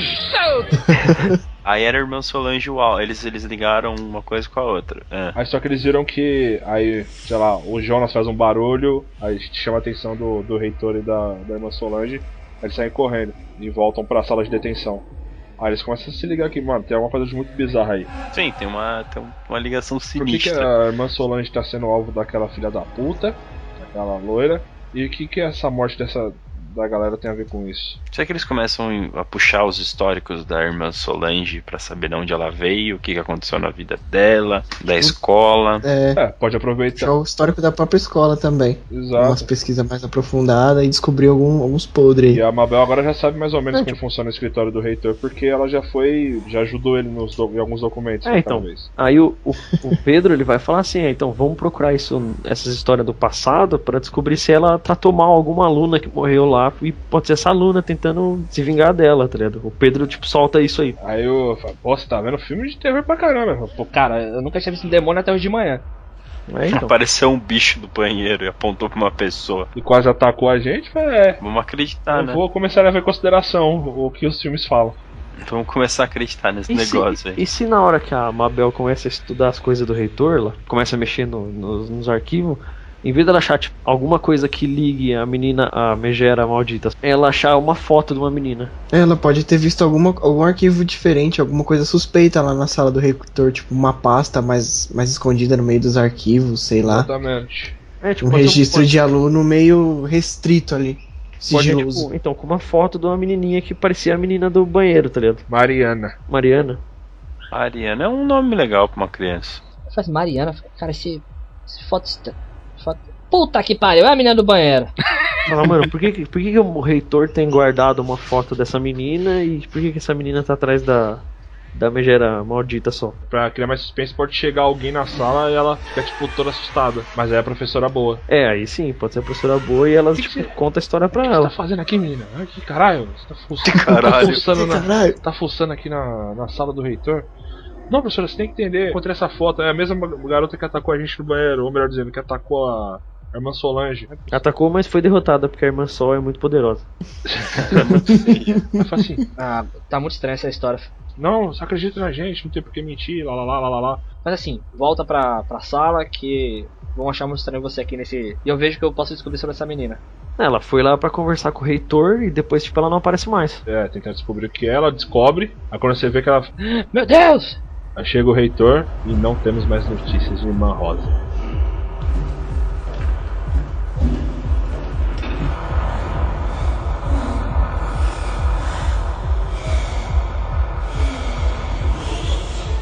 B: Aí era irmão Solange e o Al. Eles, eles ligaram uma coisa com a outra. É.
A: Aí só que eles viram que, aí, sei lá, o Jonas faz um barulho, aí chama a atenção do, do reitor e da, da irmã Solange, aí eles saem correndo e voltam pra sala de detenção. Aí eles começam a se ligar que, mano, tem alguma coisa de muito bizarra aí.
B: Sim, tem uma, tem uma ligação
A: Por que, que
B: sinistra.
A: a irmã Solange tá sendo alvo daquela filha da puta, daquela loira? E o que, que essa morte dessa da galera tem a ver com isso?
B: Será que eles começam a puxar os históricos da irmã Solange pra saber de onde ela veio, o que que aconteceu na vida dela, da escola?
F: É.
A: É, pode aproveitar.
F: É o histórico da própria escola também.
A: Exato.
F: Umas pesquisas mais aprofundadas e descobrir algum- alguns podres
A: E
F: aí.
A: a Mabel agora já sabe mais ou menos
F: É,
A: como funciona o escritório do reitor, porque ela já foi. já ajudou ele nos do- em alguns documentos, né,
D: É, então.
A: talvez.
D: Aí o, o, o Pedro ele vai falar assim: "É, então vamos procurar isso, essas histórias do passado pra descobrir se ela tratou mal alguma aluna que morreu lá e pode ser essa aluna tentando se vingar dela, tá ligado? O Pedro tipo solta isso aí.
A: Aí eu falo, pô, você tá vendo filme de terror pra caramba. Pô,
O: Cara, eu nunca tinha visto um demônio até hoje de manhã.
D: É, então.
B: Apareceu um bicho do banheiro e apontou pra uma pessoa.
A: E quase atacou a gente, falei, é.
B: Vamos
D: Ah,
B: acreditar,
A: eu
B: né?
A: vou começar a levar em consideração o que os filmes falam.
B: Vamos começar a acreditar nesse
D: E se-
B: negócio aí.
D: E se na hora que a Mabel começa a estudar as coisas do reitor, lá, começa a mexer no- nos, nos arquivos, em vez dela achar tipo, alguma coisa que ligue a menina, a megera maldita, ela achar uma foto de uma menina.
F: Ela pode ter visto alguma, algum arquivo diferente, alguma coisa suspeita lá na sala do reitor, tipo uma pasta mais, mais escondida no meio dos arquivos, sei lá.
A: Exatamente.
D: É,
F: Um
D: pode ser
F: registro
D: pode-
F: de aluno meio restrito ali,
D: pode ser,
F: sigiloso.
D: tipo, então, com uma foto de uma menininha que parecia a menina do banheiro, tá ligado?
A: Mariana.
D: Mariana.
B: Ariana é um nome legal pra uma criança.
O: Eu falei assim, Mariana, eu falei, cara, esse, esse foto, esta- foto- Puta que pariu, é a menina do banheiro.
D: Fala, mano, por que, que- por que, que o reitor tem guardado uma foto dessa menina e por que, que essa menina tá atrás da, da megera maldita só?
A: Pra criar mais suspense, pode chegar alguém na sala e ela fica, tipo, toda assustada. Mas é a professora boa.
D: É, aí sim, pode ser a professora boa e ela, tipo, conta a história pra
A: O que
D: ela.
A: você tá fazendo aqui, menina? Ah, Que caralho? Você tá fuçando,
D: Caralho.
A: Tá fuçando, na,
F: Caralho.
A: tá fuçando aqui na, na sala do reitor? Não, professora, você tem que entender. Encontrei essa foto. É a mesma garota que atacou a gente no banheiro. Ou melhor dizendo, que atacou a a irmã Solange. É
D: Atacou, mas foi derrotada, porque a irmã Sol é muito poderosa.
A: Eu falo assim,
O: Ah, tá muito estranha essa história.
A: não, você acredita na gente, não tem por que mentir, lá lá lá lá lá lá.
O: Mas assim, volta pra, pra sala que vão achar muito estranho você aqui nesse. E eu vejo que eu posso descobrir sobre essa menina.
D: Ela foi lá pra conversar com o reitor e depois, tipo, ela não aparece mais.
A: É, tentar descobrir o que é, ela descobre. Aí quando você vê que ela.
O: Meu Deus!
A: Aí chega o reitor e não temos mais notícias de Irmã Rosa.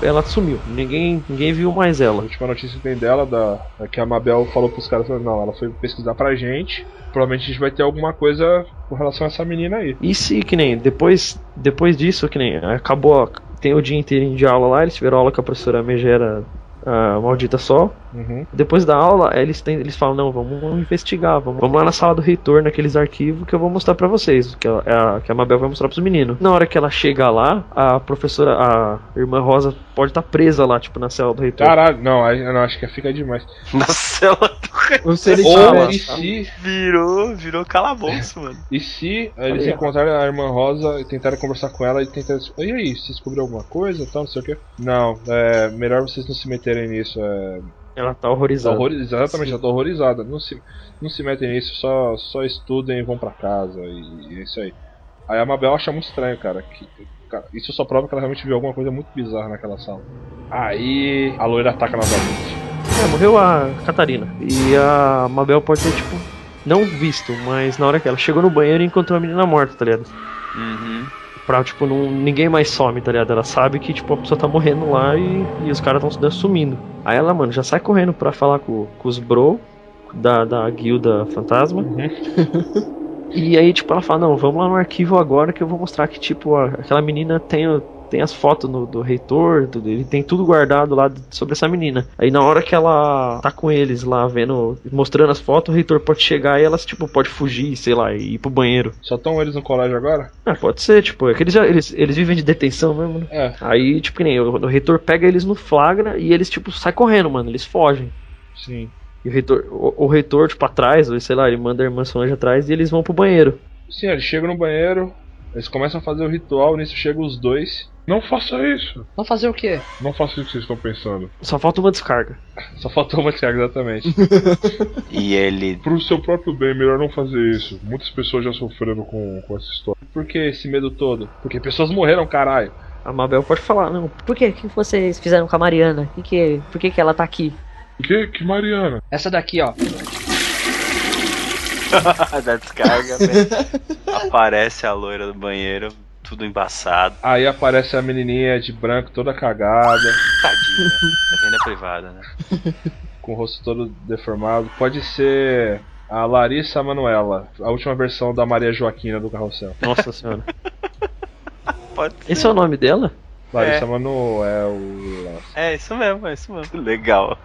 D: Ela sumiu. Ninguém, ninguém viu mais
A: A
D: ela.
A: última notícia que tem dela da, é que a Mabel falou pros caras, falou, não, ela foi pesquisar pra gente, provavelmente a gente vai ter alguma coisa com relação a essa menina aí.
D: E se, que nem, depois, depois disso, que nem, acabou, a- tem o dia inteiro de aula lá, eles tiveram aula com a professora Megera, a maldita Sol.
A: Uhum.
D: Depois da aula, eles, têm, eles falam, não, vamos, vamos investigar, vamos, vamos lá na sala do reitor, naqueles arquivos que eu vou mostrar pra vocês, que é a, a- que a Mabel vai mostrar pros meninos. Na hora que ela chega lá, a professora, a irmã Rosa pode estar presa lá, tipo, na cela do reitor.
A: Caralho, não, aí- não, acho que é fica demais.
B: Na cela do
F: Ou
A: é
F: se eles
A: Ou
F: tiverem-
A: e se,
B: Virou, virou calabouço, mano.
A: e se eles
B: Olha.
A: encontrarem a irmã Rosa e tentaram conversar com ela e tentaram. E aí, se descobriu alguma coisa tal, não sei o que? Não, é melhor vocês não se meterem nisso. É,
D: Ela tá horrorizada.
A: horror- exatamente,
D: Sim.
A: ela tá horrorizada. Não se, não se metem nisso, só, só estudem e vão pra casa. E, e é isso aí. Aí a Mabel acha muito estranho, cara. que- cara, isso só prova que ela realmente viu alguma coisa muito bizarra naquela sala. Aí a loira ataca novamente.
D: É, morreu a Catarina. E a Mabel pode ter, tipo, não visto, mas na hora que ela chegou no banheiro e encontrou a menina morta, tá ligado?
B: Uhum.
D: Pra, tipo, não, ninguém mais some, tá ligado? Ela sabe que, tipo, a pessoa tá morrendo lá e, e os caras estão sumindo. Aí ela, mano, já sai correndo pra falar com, com os bro da, da guilda fantasma. e aí, tipo, ela fala, não, vamos lá no arquivo agora que eu vou mostrar que, tipo, a- aquela menina tem, o- tem as fotos no- do reitor, tudo, ele tem tudo guardado lá de- sobre essa menina. Aí na hora que ela tá com eles lá, vendo, mostrando as fotos, o reitor pode chegar e elas, tipo, pode fugir, sei lá, e ir pro banheiro.
A: Só estão eles no colégio agora?
D: Ah, pode ser, tipo, é que eles, já- eles, eles vivem de detenção mesmo, né?
A: É.
D: Aí, tipo, que nem o, o reitor pega eles no flagra e eles, tipo, saem correndo, mano, eles fogem.
A: Sim.
D: E o reitor, o, o reitor, tipo, atrás, ou sei lá, ele manda a irmã Solange atrás e eles vão pro banheiro.
A: Sim, eles chegam no banheiro, eles começam a fazer o ritual, nisso chegam os dois. Não faça isso!
O: Vamos fazer o quê?
A: Não faça o que vocês estão pensando.
D: Só falta uma descarga.
A: Só faltou uma descarga, exatamente.
B: E ele.
I: Pro seu próprio bem, melhor não fazer isso. Muitas pessoas já sofreram com, com essa história.
A: Por que esse medo todo? Porque pessoas morreram, caralho.
D: A Mabel pode falar, né? não.
R: Por quê? O que vocês fizeram com a Mariana? O que que- por que, que ela tá aqui?
I: Que, que Mariana?
O: Essa daqui, ó.
B: da descarga, velho. Aparece a loira do banheiro, tudo embaçado.
A: Aí aparece a menininha de branco toda cagada.
B: Tadinha. É venda privada, né?
A: Com o rosto todo deformado. Pode ser a Larissa Manuela, a última versão da Maria Joaquina do Carrossel.
D: Nossa senhora.
B: Pode ser.
D: Esse é o nome dela?
A: Larissa
B: É.
A: Manoela.
B: É isso mesmo, é isso mesmo. Legal.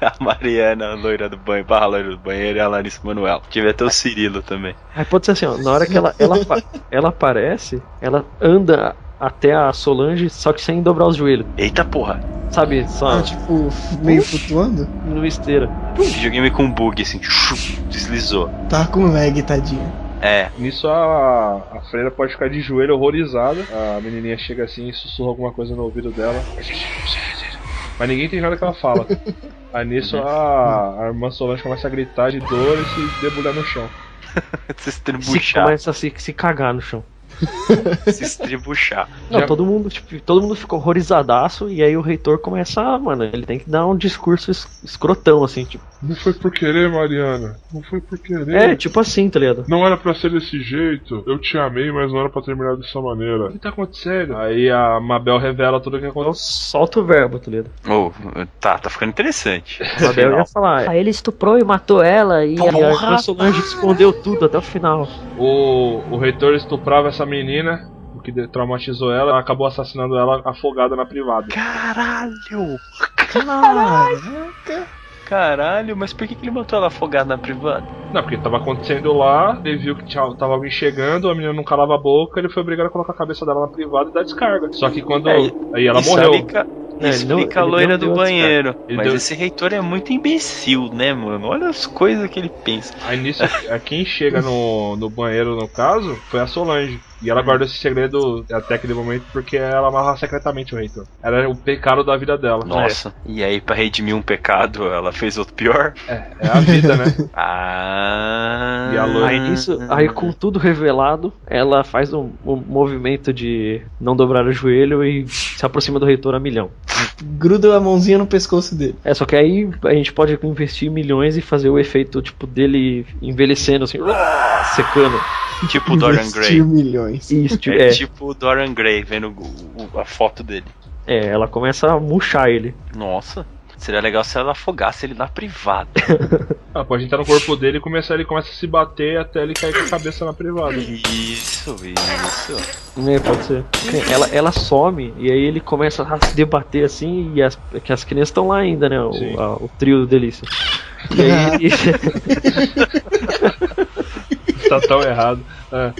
B: A Mariana, a loira do banho, barra loira do banheiro e a Larissa Manuel. Tive até o Cirilo também.
D: Aí pode ser assim, ó, na hora que ela, ela, apa- ela aparece, ela anda até a Solange, só que sem dobrar os joelhos.
B: Eita porra!
D: Sabe, só.
F: Ah, tipo, f- meio flutuando?
D: No esteira.
B: Videogame com bug, assim, chup, deslizou.
F: Tá com lag, tadinho.
B: É.
A: Nisso a, a freira pode ficar de joelho horrorizada. A menininha chega assim e sussurra alguma coisa no ouvido dela. Mas ninguém entende nada que ela fala. Aí nisso a, a irmã Solange começa a gritar de dor e se debulhar no chão.
B: Se
D: Se
B: estribuchar.
D: começa a se, se cagar no chão.
B: Se estribuchar.
D: Não,
B: Já-
D: todo mundo, tipo, todo mundo ficou horrorizadaço e aí o reitor começa, ah, mano, ele tem que dar um discurso es- escrotão, assim, tipo.
I: Não foi por querer, Mariana. Não foi por
B: Hum.
I: querer.
D: É, tipo assim, tá ligado?
I: Não era pra ser desse jeito. Eu te amei, mas não era pra terminar dessa maneira.
A: que tá acontecendo? Aí a Mabel revela tudo o que aconteceu.
D: Solta o verbo, tá ligado?
B: Oh, tá, tá ficando interessante.
D: A Mabel ia falar. Aí ele estuprou e matou ela e a
B: Porra!
D: irmã Solange escondeu tudo até o final.
A: O, o reitor estuprava essa menina, o que de- traumatizou ela, ela acabou assassinando ela afogada na privada.
B: Caralho!
F: Caraca!
B: Caralho, mas por que, que ele botou ela afogada na privada?
A: Não, porque tava acontecendo lá, ele viu que tinha, tava alguém chegando, a menina não calava a boca, ele foi obrigado a colocar a cabeça dela na privada e dar descarga. Só que quando.
B: É,
A: aí ela
B: isso
A: morreu.
B: explica-
A: É, ele não-
B: Explica a
A: ele
B: loira
A: não
B: do
A: deu a
B: banheiro.
A: descarga. Ele
B: Mas
A: deu-
B: esse reitor é muito imbecil, né, mano? Olha as coisas que ele pensa.
A: Aí nisso, a quem chega no, no banheiro, no caso, foi a Solange. E ela guardou esse segredo até aquele momento porque ela amarrava secretamente o reitor. Era o pecado da vida dela.
B: Nossa, e aí pra redimir um pecado, ela fez outro pior?
A: É, é a vida, né?
B: Ah.
A: E a loira- é um
D: Aí nisso, aí com tudo revelado, ela faz um, um movimento de não dobrar o joelho e se aproxima do reitor a milhão.
F: Gruda a mãozinha no pescoço dele.
D: É, só que aí a gente pode investir milhões e fazer o efeito, tipo, dele envelhecendo, assim, secando.
B: Tipo o Dorian Gray.
F: Investir milhões.
D: Isso, tipo,
B: É
D: é,
B: tipo o Dorian Gray vendo o- o- a foto dele.
D: é, ela começa a murchar ele.
B: Nossa, seria legal se ela afogasse ele na privada.
A: Ela pode entrar tá no corpo dele e começar, ele começa a se bater até ele cair com a cabeça na privada.
B: Isso, isso.
D: É, pode ser. Sim, Ela, ela some e aí ele começa a se debater assim, e as, que as crianças estão lá ainda, né?
A: Sim.
D: O, a- o trio do Delícia. E aí ele-
A: Tá tão errado. É.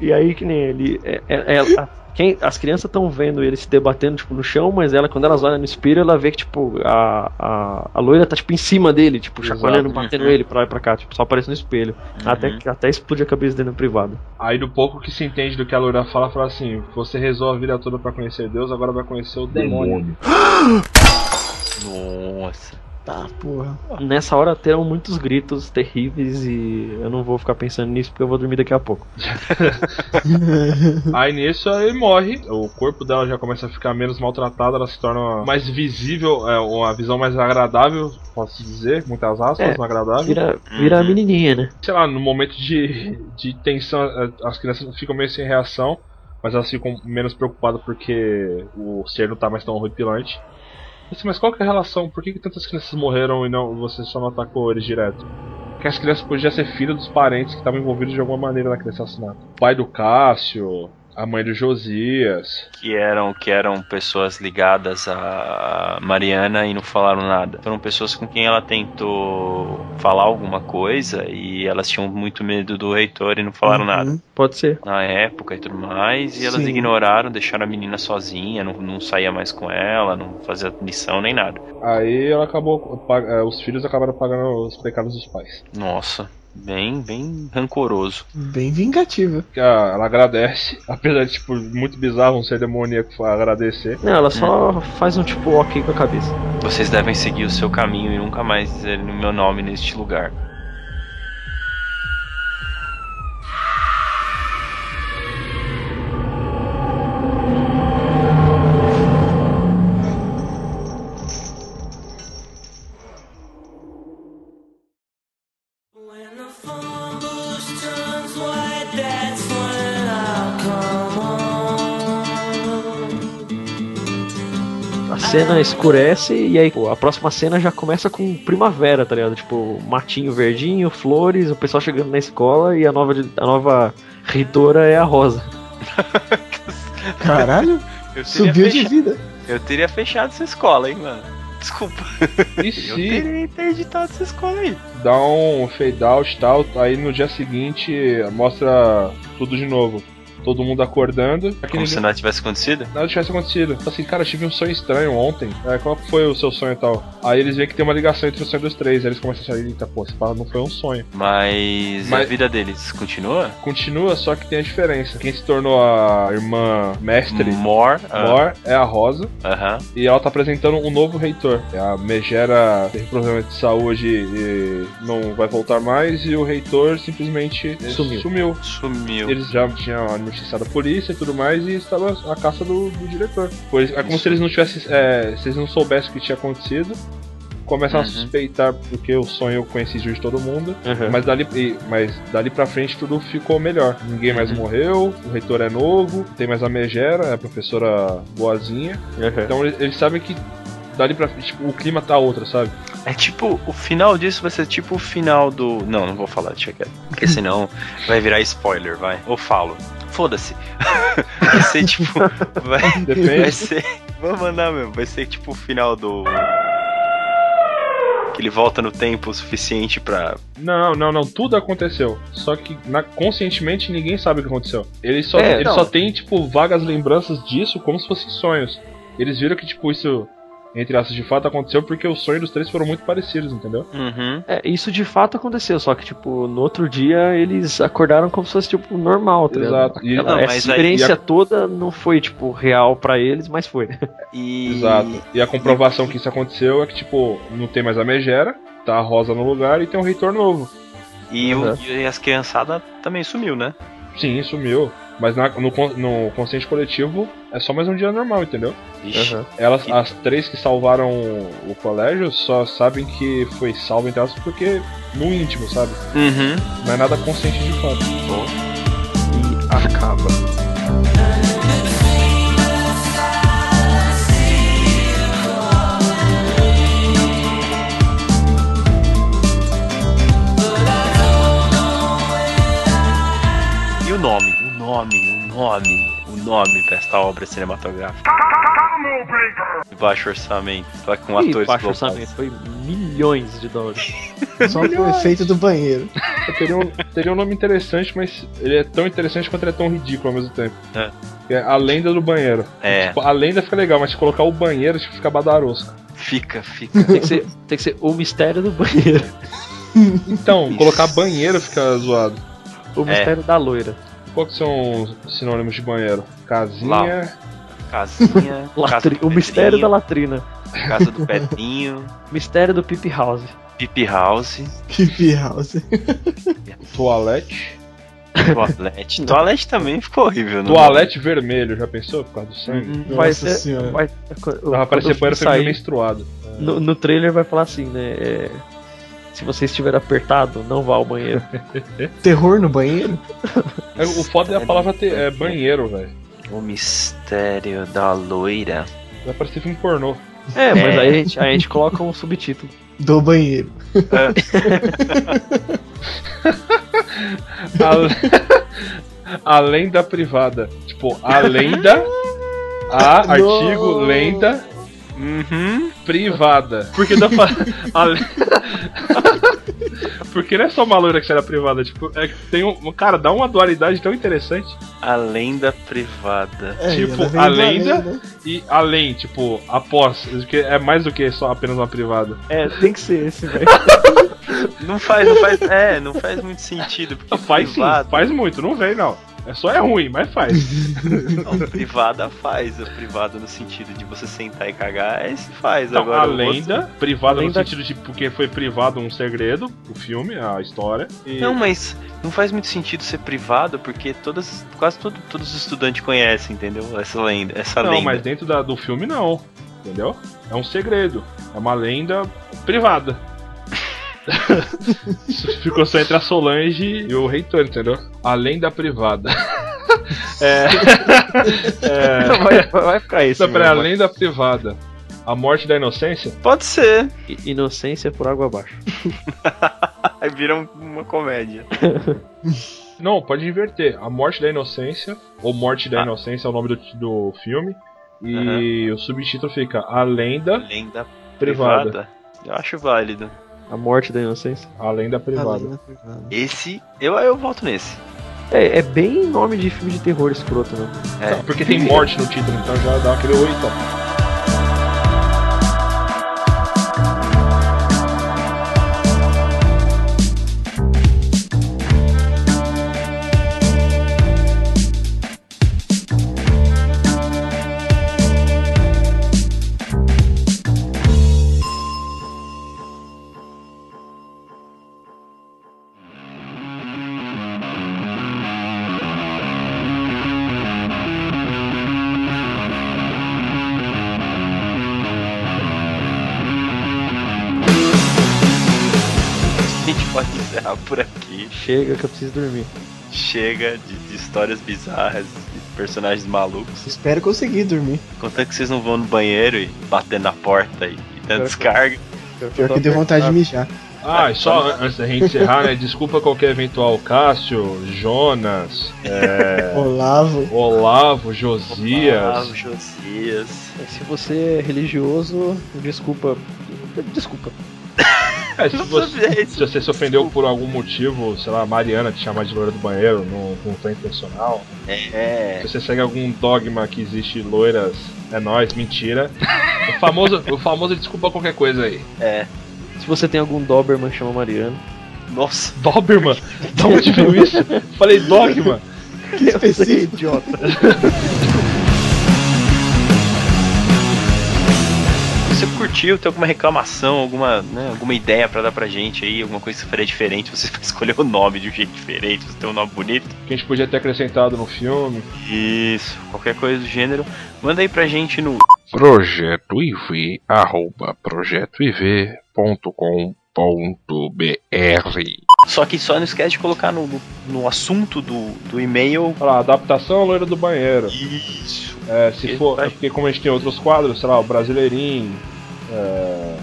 D: E aí que nem ele. é- é- é- a- quem, as crianças estão vendo ele se debatendo tipo, no chão, mas ela, quando elas olham no espelho, ela vê que, tipo, a, a, a loira tá tipo em cima dele, tipo, chacoalhando,
A: Exato.
D: batendo
A: Uhum.
D: ele pra lá e pra cá, tipo, só aparece no espelho. Até, que- até explode a cabeça dele no privado.
A: Aí do pouco que se entende do que a loira fala, fala assim: você rezou a vida toda pra conhecer Deus, agora vai conhecer o demônio.
B: Nossa.
F: Tá, porra.
D: Nessa hora terão muitos gritos terríveis e eu não vou ficar pensando nisso porque eu vou dormir daqui a pouco.
A: Aí nisso ele morre, o corpo dela já começa a ficar menos maltratado, ela se torna mais visível, é, uma visão mais agradável, posso dizer, muitas aspas,
D: É,
A: agradável.
D: Vira, vira a menininha, né?
A: Sei lá, no momento de, de tensão, a- as crianças ficam meio sem reação, mas elas ficam menos preocupadas porque o ser não tá mais tão horripilante. Assim, mas qual que é a relação? Por que, que tantas crianças morreram e não você só não atacou eles direto? Porque as crianças podiam ser filhas dos parentes que estavam envolvidos de alguma maneira naquele assassinato. O pai do Cássio, a mãe do Josias.
B: Que eram, que eram pessoas ligadas a Mariana e não falaram nada. Foram pessoas com quem ela tentou falar alguma coisa e elas tinham muito medo do reitor e não
D: Uhum.
B: falaram nada.
D: Pode ser.
B: na época e tudo mais, e elas
D: Sim.
B: ignoraram, deixaram a menina sozinha, não, não saía mais com ela, não fazia missão nem nada.
A: Aí ela acabou. pa- eh, Os filhos acabaram pagando os pecados dos pais.
B: Nossa, bem, bem rancoroso.
F: Bem vingativa.
A: Que a- Ela agradece, apesar de tipo, muito bizarro um ser demoníaco fa- agradecer.
D: Não, ela só faz um tipo ok com a cabeça.
B: Vocês devem seguir o seu caminho e nunca mais dizer o meu nome neste lugar.
D: cena escurece e aí, pô, a próxima cena já começa com primavera, tá ligado? Tipo, matinho verdinho, flores, o pessoal chegando na escola e a nova, a nova reitora é a Rosa.
F: Caralho,
B: Eu teria
F: subiu de
B: fechado-
F: vida.
B: Eu teria fechado essa escola, hein, mano. Desculpa.
A: se-
B: Eu teria interditado essa escola aí.
A: Dá um fade out e tal, aí no dia seguinte mostra tudo de novo. Todo mundo acordando.
B: Como
A: Aquele
B: se nada tivesse acontecido?
A: nada tivesse acontecido. Fala Assim, cara, eu tive um sonho estranho ontem. É, qual foi o seu sonho e tal? Aí eles veem que tem uma ligação entre o sonho dos três. Aí eles começam a achar, eita, pô, esse papo não foi um sonho.
B: Mas,
A: Mas-
B: a vida deles continua?
A: Continua, só que tem a diferença. Quem se tornou a irmã mestre
B: Mor, ah.
A: Mor é a Rosa.
B: Aham.
A: E ela tá apresentando um novo reitor. A Megera tem problema de saúde e não vai voltar mais. E o reitor simplesmente eh,
B: Sumiu.
A: Sumiu.
B: Sumiu.
A: Eles já tinham noticiado a polícia e tudo mais. E estava a caça do, do diretor. Foi- é como
B: Isso.
A: se eles não tivessem. eh, se eles não soubessem o que tinha acontecido. Começam a
B: Uhum.
A: suspeitar porque o sonho coincidiu de todo mundo.
B: Uhum.
A: Mas, dali, e- mas dali pra frente tudo ficou melhor. Ninguém
B: Uhum.
A: mais morreu, o reitor é novo, tem mais a Megera, é a professora boazinha. Então eles, eles sabem que dali pra frente tipo, o clima tá outro, sabe?
B: É tipo, o final disso vai ser tipo o final do. Não, não vou falar, deixa quieto. Porque senão vai virar spoiler, vai. Ou falo. Foda-se. Vai ser tipo. Vai,
A: Depende.
B: vai ser. Vou mandar mesmo. Vai ser tipo o final do. Que ele volta no tempo o suficiente pra.
A: Não, não, não, tudo aconteceu. Só que na- conscientemente ninguém sabe o que aconteceu. Eles só,
B: É,
A: eles
B: não.
A: só têm, tipo, vagas lembranças disso como se fossem sonhos. Eles viram que, tipo, isso, entre aspas, de fato aconteceu porque os sonhos dos três foram muito parecidos, entendeu?
B: Uhum.
D: É, isso de fato aconteceu, só que, tipo, no outro dia eles acordaram como se fosse, tipo, normal, tá ligado?
A: Exato. E-
D: Aquela-
A: Não,
D: essa
A: mas aí-
D: experiência
A: e a-
D: toda não foi, tipo, real pra eles, mas foi.
B: E...
A: Exato. E a comprovação que isso aconteceu é que, tipo, não tem mais a Megera, tá a Rosa no lugar e tem um reitor novo.
B: E, o- e as criançadas também sumiu, né?
A: Sim, sumiu. Mas na- no, con- no consciente coletivo é só mais um dia normal, entendeu?
B: Ixi.
A: Elas, as três que salvaram o colégio só sabem que foi salvo entre elas porque no íntimo, sabe?
B: Uhum.
A: Não é nada consciente de fato.
D: E acaba.
B: E o nome? O nome, o nome, o nome pra esta obra cinematográfica. De baixo orçamento, só com
D: Ih,
B: atores
D: baixo
B: globais.
D: orçamento, foi milhões de dólares.
F: Só pro efeito do banheiro.
A: Teria um, teria um nome interessante, mas ele é tão interessante quanto ele é tão ridículo ao mesmo tempo.
B: É.
A: Que é a lenda do banheiro.
B: É.
A: Tipo, a lenda fica legal, mas se colocar o banheiro, tipo, fica badarosco.
B: Fica, fica.
D: Tem que, ser, tem que ser o mistério do banheiro.
A: Então, colocar banheiro fica zoado. É.
D: O mistério da loira.
A: Qual que são os sinônimos de banheiro? Casinha.
B: Casinha. casa
D: Latri-
B: do
D: o mistério da
B: Pedrinho,
D: latrina.
B: Casa do Pedrinho,
D: Mistério do Pip House.
B: Pip House,
F: Keep House.
A: Toalete.
B: Toalete. Toalete também ficou horrível, né?
A: Toalete vermelho, já pensou? Por causa do sangue?
D: Vai ser- vai-
A: Vai aparecer
D: quando
A: banheiro
D: sair-
A: feminino menstruado.
D: No, no trailer vai falar assim, né? é, se você estiver apertado, não vá ao banheiro.
F: Terror no banheiro?
A: É, O foda é a palavra ter, é banheiro, velho.
B: O mistério da loira.
A: Vai parecer filme pornô.
D: É, mas
B: É.
D: aí a gente, aí a gente coloca um subtítulo.
F: Do banheiro.
A: A- A lenda privada. Tipo, a lenda. A artigo
B: Não.
A: lenda
B: Uhum.
A: privada. Porque dá pra. a le- Porque não é só uma loira que será privada, tipo, é que tem um. Cara, dá uma dualidade tão interessante.
B: A lenda privada.
F: É,
A: tipo, a lenda
F: né?
A: e além, tipo, após. Porque é mais do que só apenas uma privada.
D: É, tem que ser esse, velho.
B: Não faz, não faz. É, não faz muito sentido. Porque
A: Ah, Faz sim,
B: privada,
A: faz muito, não vem não. É só é ruim, mas faz.
B: Não, privada faz. A privada no sentido de você sentar e cagar, é se faz.
A: Então,
B: Agora
A: a
B: o outro-
A: lenda, privada
B: Lenda-
A: no sentido de porque foi privado um segredo, o filme, a história. E...
B: Não, mas não faz muito sentido ser privado, porque todas, quase todo- todos os estudantes conhecem, entendeu? Essa lenda. Essa
A: Não,
B: lenda.
A: mas dentro da- do filme não. Entendeu? É um segredo. É uma lenda privada. Isso Ficou só entre a Solange e o reitor, entendeu? A lenda privada. é... é...
D: Vai, vai ficar isso.
A: Não, pera, a
D: mesmo.
A: lenda privada. A morte da inocência?
B: Pode ser.
D: Inocência por água abaixo.
B: Aí vira um- uma comédia.
A: Não, pode inverter. A morte da inocência, ou morte da inocência é o nome do, do filme. E o subtítulo fica A Lenda,
B: Lenda
A: privada.
B: Eu acho válido.
D: A morte da inocência.
A: A lenda privada.
B: Esse, eu, eu volto nesse.
D: É, é bem nome de filme de terror escroto, né?
B: É.
A: Tá, porque tem morte no título, então já dá aquele então. oito.
B: A gente pode encerrar por aqui.
D: Chega que eu preciso dormir.
B: Chega de, de histórias bizarras, de personagens malucos.
F: Espero conseguir dormir.
B: Contanto que vocês não vão no banheiro e batendo na porta e, e dando descarga.
F: Pior que deu vontade de mijar.
A: Ah, e só an- antes da gente encerrar, né? Desculpa qualquer eventual Cássio, Jonas, é,
F: Olavo.
A: Olavo, Josias.
B: Olavo, Ah, Josias.
D: Se você é religioso, desculpa. Desculpa.
A: É, se, você, se você se ofendeu por algum motivo, sei lá, Mariana te chamar de loira do banheiro, não, não foi intencional.
B: É.
A: Se você segue algum dogma que existe loiras, é nóis, mentira. O famoso, o famoso desculpa qualquer coisa aí.
B: É.
D: Se você tem algum Doberman, chama Mariano.
B: Nossa.
A: Doberman? Da onde veio isso? um Falei dogma.
F: Que específico, idiota.
B: Se você curtiu, tem alguma reclamação, alguma, né, alguma ideia pra dar pra gente aí, alguma coisa que você faria diferente, você vai escolher o nome de um jeito diferente, você tem um nome bonito.
A: Que a gente podia ter acrescentado no filme.
B: Isso, qualquer coisa do gênero, manda aí pra gente no
I: Projeto IV, arroba projetoiv.com.br.
B: Só que só não esquece de colocar no, no, no assunto do, do e-mail.
A: Olha lá, adaptação à loira do banheiro.
B: Isso.
A: É, se for, é porque como a gente tem outros quadros, sei lá, o Brasileirinho. é,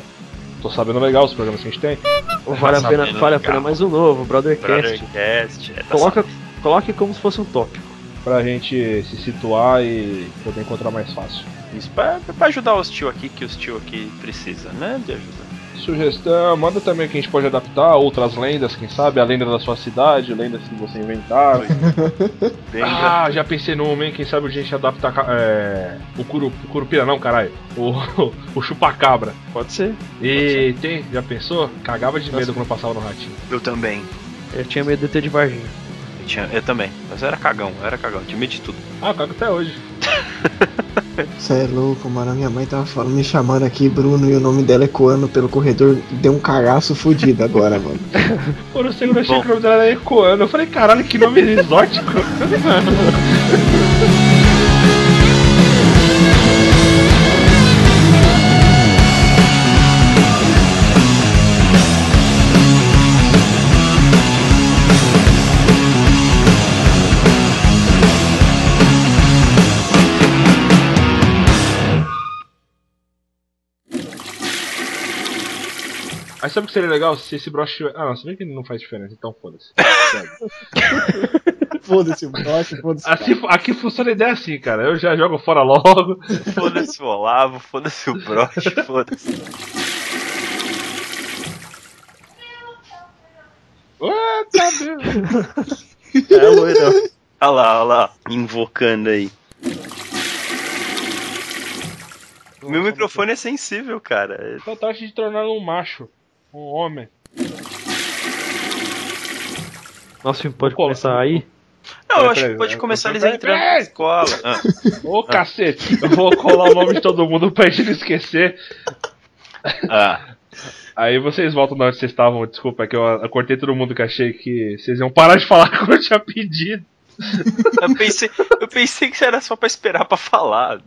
A: tô sabendo legal os programas que a gente tem.
D: Vale a pena, vale a pena mais um novo, Brothercast.
B: Brothercast. É, tá
D: Coloca, coloque como se fosse um tópico.
A: Pra gente se situar e poder encontrar mais fácil.
B: Isso pra, pra ajudar os tio aqui, que os tio aqui precisa, né? De ajuda.
A: Sugestão, manda também que a gente pode adaptar outras lendas, quem sabe? A lenda da sua cidade, lendas que você inventar. ah, já pensei numa, hein? Quem sabe a gente adapta ca- é, o curu, o curupira, não, caralho. O, o chupacabra.
D: Pode ser.
A: E tem, já pensou? Cagava de medo quando passava no ratinho.
B: Eu também.
D: Eu tinha medo de ter de Varginha.
B: Eu, tinha- eu também. Mas eu era cagão, eu era cagão, tinha medo de tudo.
A: Ah, cago até hoje.
F: Você é louco, mano. A minha mãe tava falando, me chamando aqui, Bruno, e o nome dela ecoando pelo corredor. Deu um cagaço fodido agora, mano.
A: Por um segundo eu achei que o nome dela era Ecoano. Eu falei, caralho, que nome exótico. Mas sabe o que seria legal se esse broche. Ah, não, se bem que não faz diferença, então foda-se. Segue.
F: Foda-se o broche, foda-se.
A: Assim, aqui funciona a ideia assim, cara. Eu já jogo fora logo.
B: Foda-se o Olavo, foda-se o Broche, foda-se.
A: Ah, tá bem.
B: É loirão. Olha lá, olha lá. Invocando aí. Meu microfone é sensível, cara.
A: Só taxa de tornar um macho. Um homem.
D: Nosso filme pode começar aí?
B: Não,
A: Peraí,
B: eu acho é que
A: peraí,
B: pode
A: eu-
B: começar
A: eu-
B: eles entrando na
A: peraí.
B: escola. Ah.
A: Ô cacete, eu vou colar o nome de todo mundo pra gente não esquecer.
B: Ah.
A: Aí vocês voltam na hora que vocês estavam. Desculpa, é que eu, eu cortei todo mundo que achei que vocês iam parar de falar quando eu tinha pedido.
B: Eu pensei, eu pensei que era só pra esperar pra falar.